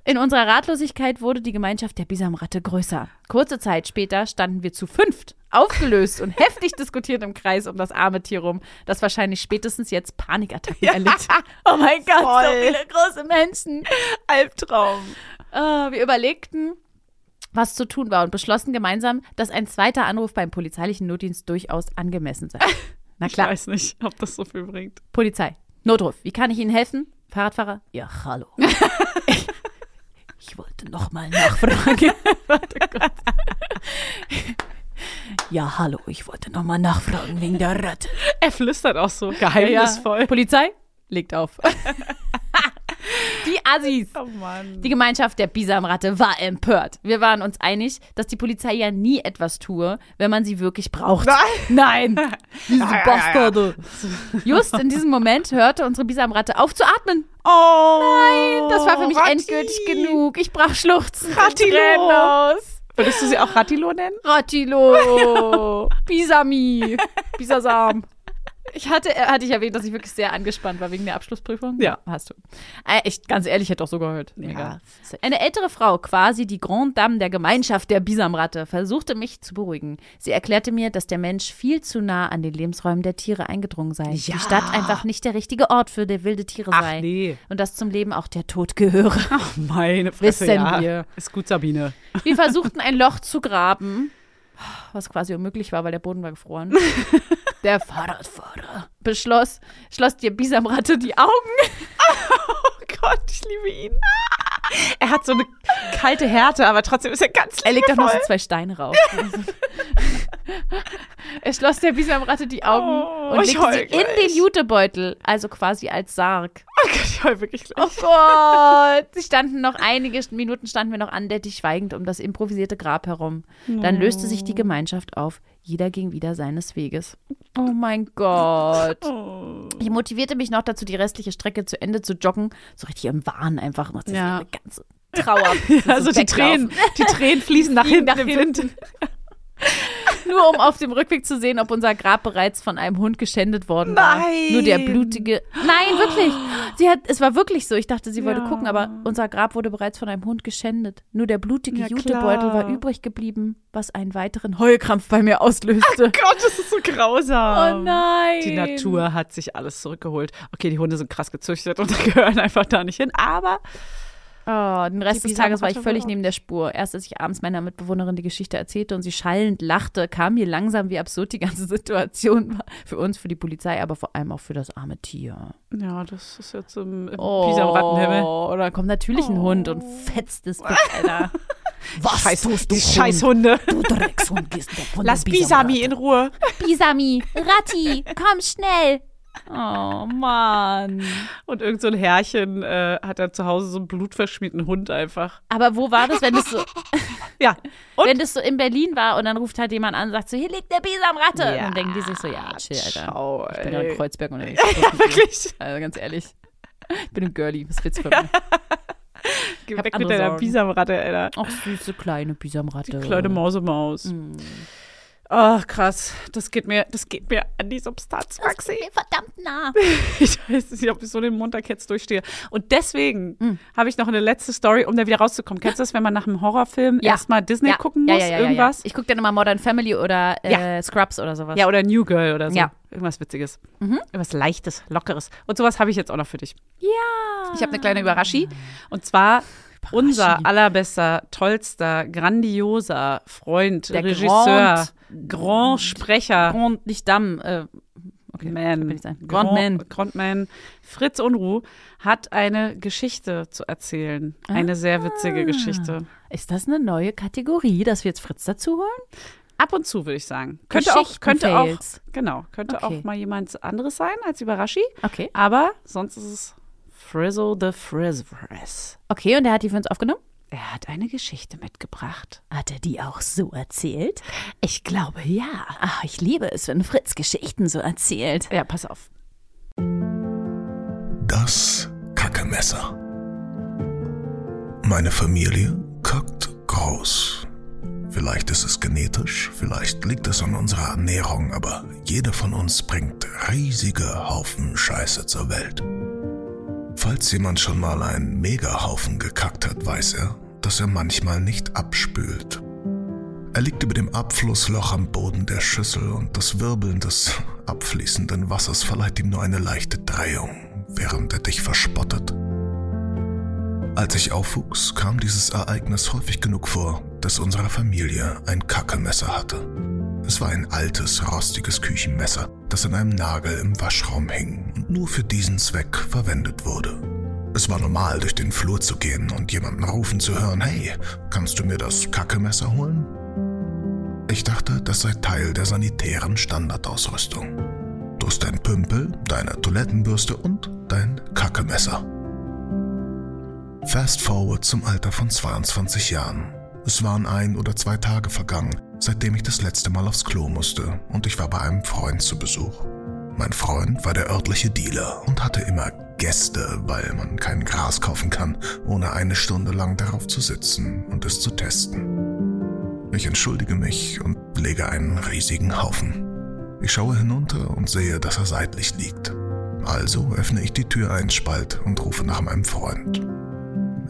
S1: In unserer Ratlosigkeit wurde die Gemeinschaft der Bisamratte größer. Kurze Zeit später standen wir zu fünft, aufgelöst und heftig diskutiert im Kreis um das arme Tier rum, das wahrscheinlich spätestens jetzt Panikattacken erlitt. Oh mein Gott, so
S2: Voll.
S1: viele große Menschen.
S2: Albtraum.
S1: Ah, wir überlegten, was zu tun war und beschlossen gemeinsam, dass ein zweiter Anruf beim polizeilichen Notdienst durchaus angemessen sei. Na
S2: Ich
S1: klar,
S2: weiß nicht, ob das so viel bringt.
S1: Polizei. Notruf. Wie kann ich Ihnen helfen? Fahrradfahrer? Ja, hallo. ich wollte nochmal nachfragen. ja, hallo. Ich wollte nochmal nachfragen wegen der Ratte.
S2: Er flüstert auch so
S1: Geheimnisvoll.
S2: geheimnisvoll.
S1: Polizei? Legt auf. Die Assis.
S2: Oh Mann.
S1: Die Gemeinschaft der Bisamratte war empört. Wir waren uns einig, dass die Polizei ja nie etwas tue, wenn man sie wirklich braucht. Nein! Diese Bastarde! Just in diesem Moment hörte unsere Bisamratte auf zu atmen.
S2: Oh.
S1: Nein, das war für mich
S2: Ratti.
S1: endgütig genug. Ich brach Schluchzen. und
S2: Rattilo.
S1: Tränen aus.
S2: Würdest du sie auch Rattilo nennen?
S1: Rattilo. Bisami. Bisasam. Ich hatte, äh, hatte ich erwähnt, dass ich wirklich sehr angespannt war wegen der Abschlussprüfung.
S2: Ja.
S1: Hast du. Äh, echt, ganz ehrlich, hätte auch so gehört.
S2: Ja.
S1: Eine ältere Frau, quasi die Grande Dame der Gemeinschaft der Bisamratte, versuchte mich zu beruhigen. Sie erklärte mir, dass der Mensch viel zu nah an den Lebensräumen der Tiere eingedrungen sei. Die Stadt einfach nicht der richtige Ort für der wilde Tiere
S2: Ach,
S1: sei.
S2: nee.
S1: Und dass zum Leben auch der Tod gehöre.
S2: Ach, meine Fresse,
S1: Wissen
S2: ja.
S1: wir.
S2: Ist gut, Sabine.
S1: Wir versuchten ein Loch zu graben, was quasi unmöglich war, weil der Boden war gefroren. Der Fahrradfahrer beschloss, schloss dir Bisamratte die Augen.
S2: Oh Gott, ich liebe ihn. Er hat so eine kalte Härte, aber trotzdem ist er ganz
S1: Er legt auch noch so
S2: liebevoll.
S1: zwei Steine rauf. er schloss der Bisamratte die Augen
S2: Oh,
S1: und legte
S2: ich
S1: sie
S2: heul
S1: in
S2: gleich.
S1: den Jutebeutel, also quasi als Sarg.
S2: Oh Gott, ich heul wirklich gleich.
S1: Oh Gott! Sie standen noch einige Minuten standen wir noch andächtig schweigend um das improvisierte Grab herum. Dann löste sich die Gemeinschaft auf. Jeder ging wieder seines Weges. Oh mein Gott. Ich motivierte mich noch dazu, die restliche Strecke zu Ende zu joggen. So richtig im Wahn einfach. Das ist
S2: Ja.
S1: eine ganze Trauer.
S2: also die
S1: weglaufen.
S2: Tränen, die Tränen fließen nach hinten im Wind.
S1: Nur um auf dem Rückweg zu sehen, ob unser Grab bereits von einem Hund geschändet worden war.
S2: Nein.
S1: Nur der blutige. Nein, wirklich. Sie hat, es war wirklich so. Ich dachte, sie wollte
S2: Ja.
S1: gucken, aber unser Grab wurde bereits von einem Hund geschändet. Nur der blutige
S2: Ja,
S1: Jutebeutel
S2: klar.
S1: war übrig geblieben, was einen weiteren Heulkrampf bei mir auslöste.
S2: Gott, das ist so grausam.
S1: oh nein.
S2: Die Natur hat sich alles zurückgeholt. Okay, die Hunde sind krass gezüchtet und gehören einfach da nicht hin, aber
S1: Oh, den Rest
S2: Die
S1: des Tages war ich
S2: Bisamratte
S1: völlig
S2: war-
S1: neben der Spur. Erst als ich abends meiner Mitbewohnerin die Geschichte erzählte und sie schallend lachte, kam mir langsam, wie absurd die ganze Situation war. Für uns, für die Polizei, aber vor allem auch für das arme Tier.
S2: ja, das ist jetzt im, im Oh. Pisam-Rattenhimmel.
S1: Oh, Oder kommt natürlich ein Hund und fetzt es weg, Alter.
S3: Was
S2: Scheiß,
S3: tust du,
S2: die
S3: Hund?
S2: Scheißhunde.
S3: du Dreckshund, gehst weg von
S2: Lass
S3: der
S2: Bisami in Ruhe.
S1: Bisami, Ratti, komm schnell. Oh Mann.
S2: Und irgend so ein Herrchen äh, hat dann zu Hause so einen blutverschmierten Hund einfach.
S1: Aber wo war das, wenn das so,
S2: Ja. Und
S1: wenn das so in Berlin war und dann ruft halt jemand an und sagt so, hier liegt der Bisamratte. Und
S2: Ja,
S1: dann denken die sich so, ja, chill, Alter.
S2: Schau,
S1: Ich bin ja in
S2: ey.
S1: Kreuzberg unterwegs.
S2: Wirklich.
S1: Also ganz ehrlich. Ich bin ein Girlie, was willst du von mir?
S2: Geh
S1: hab
S2: weg mit
S1: andere
S2: deiner
S1: Sorgen.
S2: Bisamratte, Alter.
S1: Ach, süße kleine Bisamratte.
S2: Die kleine Mausemaus. Ach, krass. Das geht mir, das geht mir an die Substanz, Maxi.
S1: Verdammt nah.
S2: Ich weiß nicht, ob ich so den Montag jetzt durchstehe. Und deswegen
S1: Mm.
S2: habe ich noch eine letzte Story, um da wieder rauszukommen. Kennst du das, wenn man nach einem Horrorfilm
S1: Ja.
S2: erstmal Disney
S1: ja.
S2: gucken
S1: ja,
S2: muss?
S1: ja, ja, ja,
S2: irgendwas?
S1: Ja. Ich gucke dann immer Modern Family oder äh,
S2: Ja.
S1: Scrubs oder sowas.
S2: Ja, oder New Girl oder so.
S1: Ja. Mhm.
S2: Irgendwas Witziges. Irgendwas Leichtes, Lockeres. Und sowas habe ich jetzt auch noch für dich.
S1: ja.
S2: Ich habe eine kleine Überraschung. Und zwar unser allerbester, tollster, grandioser Freund,
S1: Der
S2: Regisseur, Grand, Sprecher,
S1: Grund, nicht Damm. Äh, okay,
S2: Man,
S1: kann ich sein. Grand
S2: Grand,
S1: Man.
S2: Grundman Fritz Unruh hat eine Geschichte zu erzählen. Eine sehr witzige Geschichte.
S1: Ist das eine neue Kategorie, dass wir jetzt Fritz dazu holen?
S2: Ab und zu würde ich sagen. Könnte auch, könnte auch,
S1: Geschichten-Fails.
S2: genau, könnte
S1: Okay.
S2: auch mal jemand anderes sein als Überraschi.
S1: Okay.
S2: Aber sonst ist es Frizzle the Frizzvress.
S1: Okay, und er hat die für uns aufgenommen?
S2: Er hat eine Geschichte mitgebracht.
S1: Hat er die auch so erzählt?
S3: Ich glaube, ja.
S1: Ach, ich liebe es, wenn Fritz Geschichten so erzählt.
S2: Ja, pass auf.
S4: Das Kackemesser. Meine Familie kackt groß. Vielleicht ist es genetisch, vielleicht liegt es an unserer Ernährung, aber jeder von uns bringt riesige Haufen Scheiße zur Welt. Falls jemand schon mal einen Megahaufen gekackt hat, weiß er, dass er manchmal nicht abspült. Er liegt über dem Abflussloch am Boden der Schüssel und das Wirbeln des abfließenden Wassers verleiht ihm nur eine leichte Drehung, während er dich verspottet. Als ich aufwuchs, kam dieses Ereignis häufig genug vor, dass unsere Familie ein Kackemesser hatte. Es war ein altes, rostiges Küchenmesser, das an einem Nagel im Waschraum hing und nur für diesen Zweck verwendet wurde. Es war normal, durch den Flur zu gehen und jemanden rufen zu hören, hey, kannst du mir das Kackemesser holen? Ich dachte, das sei Teil der sanitären Standardausrüstung. Du hast dein Pümpel, deine Toilettenbürste und dein Kackemesser. Fast forward zum Alter von 22 Jahren. Es waren ein oder zwei Tage vergangen, seitdem ich das letzte Mal aufs Klo musste und ich war bei einem Freund zu Besuch. Mein Freund war der örtliche Dealer und hatte immer Gäste, weil man kein Gras kaufen kann, ohne eine Stunde lang darauf zu sitzen und es zu testen. Ich entschuldige mich und lege einen riesigen Haufen. Ich schaue hinunter und sehe, dass er seitlich liegt. Also öffne ich die Tür einen Spalt und rufe nach meinem Freund.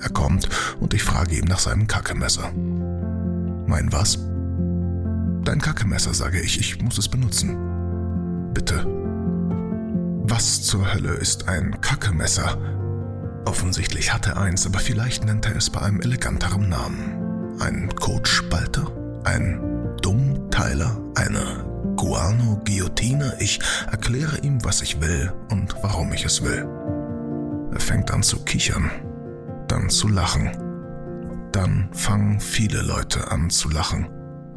S4: Er kommt und ich frage ihm nach seinem Kackemesser. Mein was? Dein Kackemesser, sage ich, ich muss es benutzen. Bitte. Was zur Hölle ist ein Kackemesser? Offensichtlich hat er eins, aber vielleicht nennt er es bei einem eleganteren Namen. Ein Kotspalter? Ein Dummteiler? Eine Guano-Guillotine? Ich erkläre ihm, was ich will und warum ich es will. Er fängt an zu kichern dann zu lachen. Dann fangen viele Leute an zu lachen.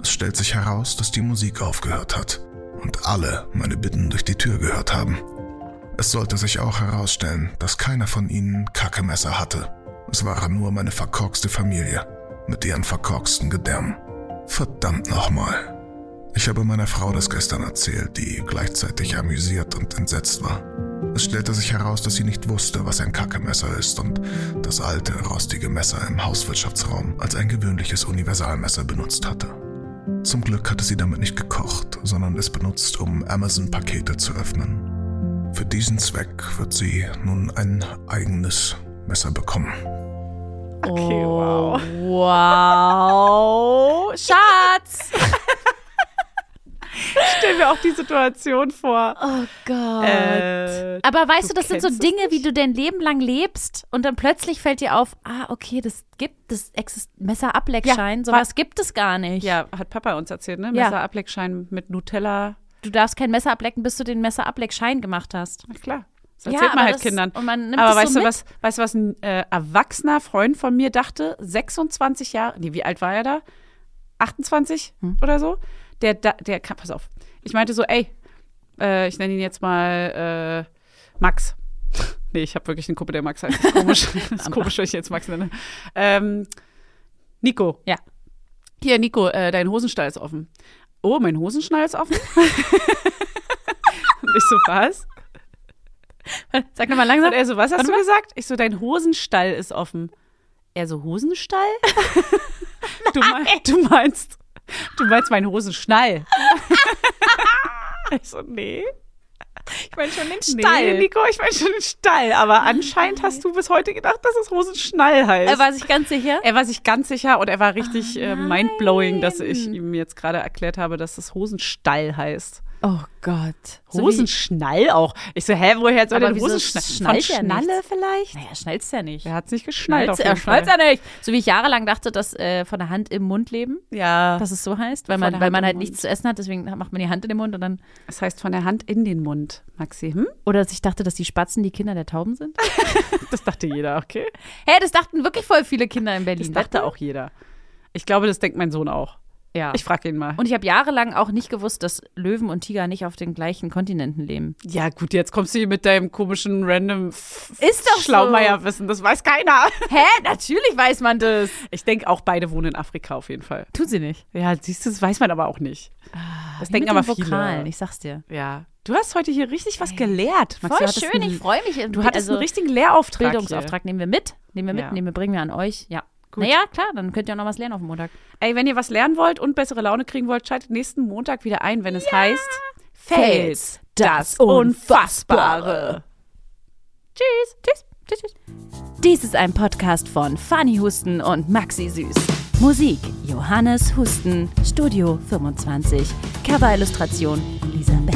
S4: Es stellt sich heraus, dass die Musik aufgehört hat und alle meine Bitten durch die Tür gehört haben. Es sollte sich auch herausstellen, dass keiner von ihnen Kackemesser hatte. Es waren nur meine verkorkste Familie mit ihren verkorksten Gedärmen. Verdammt nochmal. Ich habe meiner Frau das gestern erzählt, die gleichzeitig amüsiert und entsetzt war. Es stellte sich heraus, dass sie nicht wusste, was ein Kackemesser ist und das alte, rostige Messer im Hauswirtschaftsraum als ein gewöhnliches Universalmesser benutzt hatte. Zum Glück hatte sie damit nicht gekocht, sondern es benutzt, um Amazon-Pakete zu öffnen. Für diesen Zweck wird sie nun ein eigenes Messer bekommen.
S2: Okay, wow.
S1: Oh, Wow. Schatz!
S2: Stell mir auch die Situation vor.
S1: Oh Gott.
S2: Äh,
S1: Aber weißt du,
S2: du
S1: das sind so
S2: kennst
S1: Dinge, wie du dein Leben lang lebst und dann plötzlich fällt dir auf, ah, okay, das gibt, das Exist Messerableckschein,
S2: Ja,
S1: sowas gibt es gar nicht.
S2: ja, hat Papa uns erzählt, ne?
S1: Ja.
S2: Messerableckschein mit Nutella.
S1: Du darfst kein Messer ablecken, bis du den Messerableckschein gemacht hast.
S2: Na klar. Das
S1: Ja,
S2: erzählt man
S1: aber
S2: halt
S1: das-
S2: Kindern.
S1: und man nimmt
S2: aber
S1: es so
S2: weißt du,
S1: mit.
S2: was, weißt du, was ein äh, erwachsener Freund von mir dachte? 26 Jahre, nee, wie alt war er da? 28
S1: Hm.
S2: oder so? Der, da- der, kam- pass auf. Ich meinte so, ey, äh, ich nenne ihn jetzt mal äh, Max. Nee, ich habe wirklich einen Kumpel, der Max heißt. Das ist komisch, das ist komisch wenn ich jetzt Max nenne. Ähm, Nico.
S1: Ja.
S2: Hier, Nico, äh, dein Hosenstall ist offen. Oh, mein Hosenstall ist offen? Und ich so, was?
S1: Sag nochmal
S2: Und
S1: langsam.
S2: er so, was hast du gesagt? Ich so, dein Hosenstall ist offen. Er so, Hosenstall? du, mein, du meinst, du meinst meinen Hosenschnall. ich so, nee.
S1: Ich meine schon den
S2: Nee, Nico, ich meine schon den Stall. Aber anscheinend hast du bis heute gedacht, dass es Hosenschnall heißt.
S1: Er war sich Äh, ganz sicher.
S2: Er war sich ganz sicher und er war richtig äh,
S1: nein.
S2: mindblowing, dass ich ihm jetzt gerade erklärt habe, dass es Hosenstall heißt.
S1: Oh Gott.
S2: Hosenschnall auch. Ich so, hä, woher soll
S1: Aber
S2: denn
S1: wieso
S2: Hosenschnall?
S1: schnallt
S2: Von
S1: er nichts?
S2: Schnalle vielleicht?
S1: naja, schnallst ja nicht.
S2: Er hat es nicht geschnallt.
S1: Schnallst
S2: Auf
S1: ja,
S2: jeden Fall.
S1: schnallst ja nicht. So wie ich jahrelang dachte, dass äh, von der Hand im Mund leben,
S2: Ja.
S1: dass es so heißt, weil
S2: Von
S1: man,
S2: der
S1: weil
S2: Hand
S1: man
S2: im
S1: halt
S2: Mund.
S1: nichts zu essen hat, deswegen macht man die Hand in den Mund und dann
S2: Das heißt von der Hand in den Mund, Maxi. Hm?
S1: Oder dass ich dachte, dass die Spatzen die Kinder der Tauben sind?
S2: Das dachte jeder, okay?
S1: Hä, das dachten wirklich voll viele Kinder in Berlin.
S2: Das dachte auch jeder. Ich glaube, das denkt mein Sohn auch.
S1: Ja.
S2: Ich frage ihn mal.
S1: und ich habe jahrelang auch nicht gewusst, dass Löwen und Tiger nicht auf den gleichen Kontinenten leben.
S2: ja, gut, jetzt kommst du hier mit deinem komischen random F-
S1: Ist doch so.
S2: Schlaumeier-Wissen. Das weiß keiner.
S1: Hä? Natürlich weiß man das.
S2: Ich denke auch, beide wohnen in Afrika auf jeden Fall.
S1: Tut sie nicht.
S2: Ja, siehst du, das weiß man aber auch nicht. Das denken aber viele.
S1: Vokalen, ich sag's dir.
S2: Ja. Du hast heute hier richtig was gelehrt. Maxi. Du
S1: Voll
S2: hattest
S1: schön,
S2: einen-
S1: ich freue mich.
S2: Du hattest
S1: also,
S2: einen richtigen Lehrauftrag.
S1: Bildungsauftrag. Nehmen wir mit. Nehmen wir mit,
S2: Ja.
S1: nehmen wir, bringen wir an euch. Ja.
S2: Gut.
S1: Naja, klar, dann könnt ihr auch noch was lernen auf dem Montag.
S2: Ey, wenn ihr was lernen wollt und bessere Laune kriegen wollt, schaltet nächsten Montag wieder ein, wenn es heißt Fails, das Unfassbare.
S1: Tschüss. Tschüss. Tschüss. Tschüss. Dies ist ein Podcast von Fanny Husten und Maxi Süß. Musik Johannes Husten, Studio 25. Cover-Illustration Lisa Beck.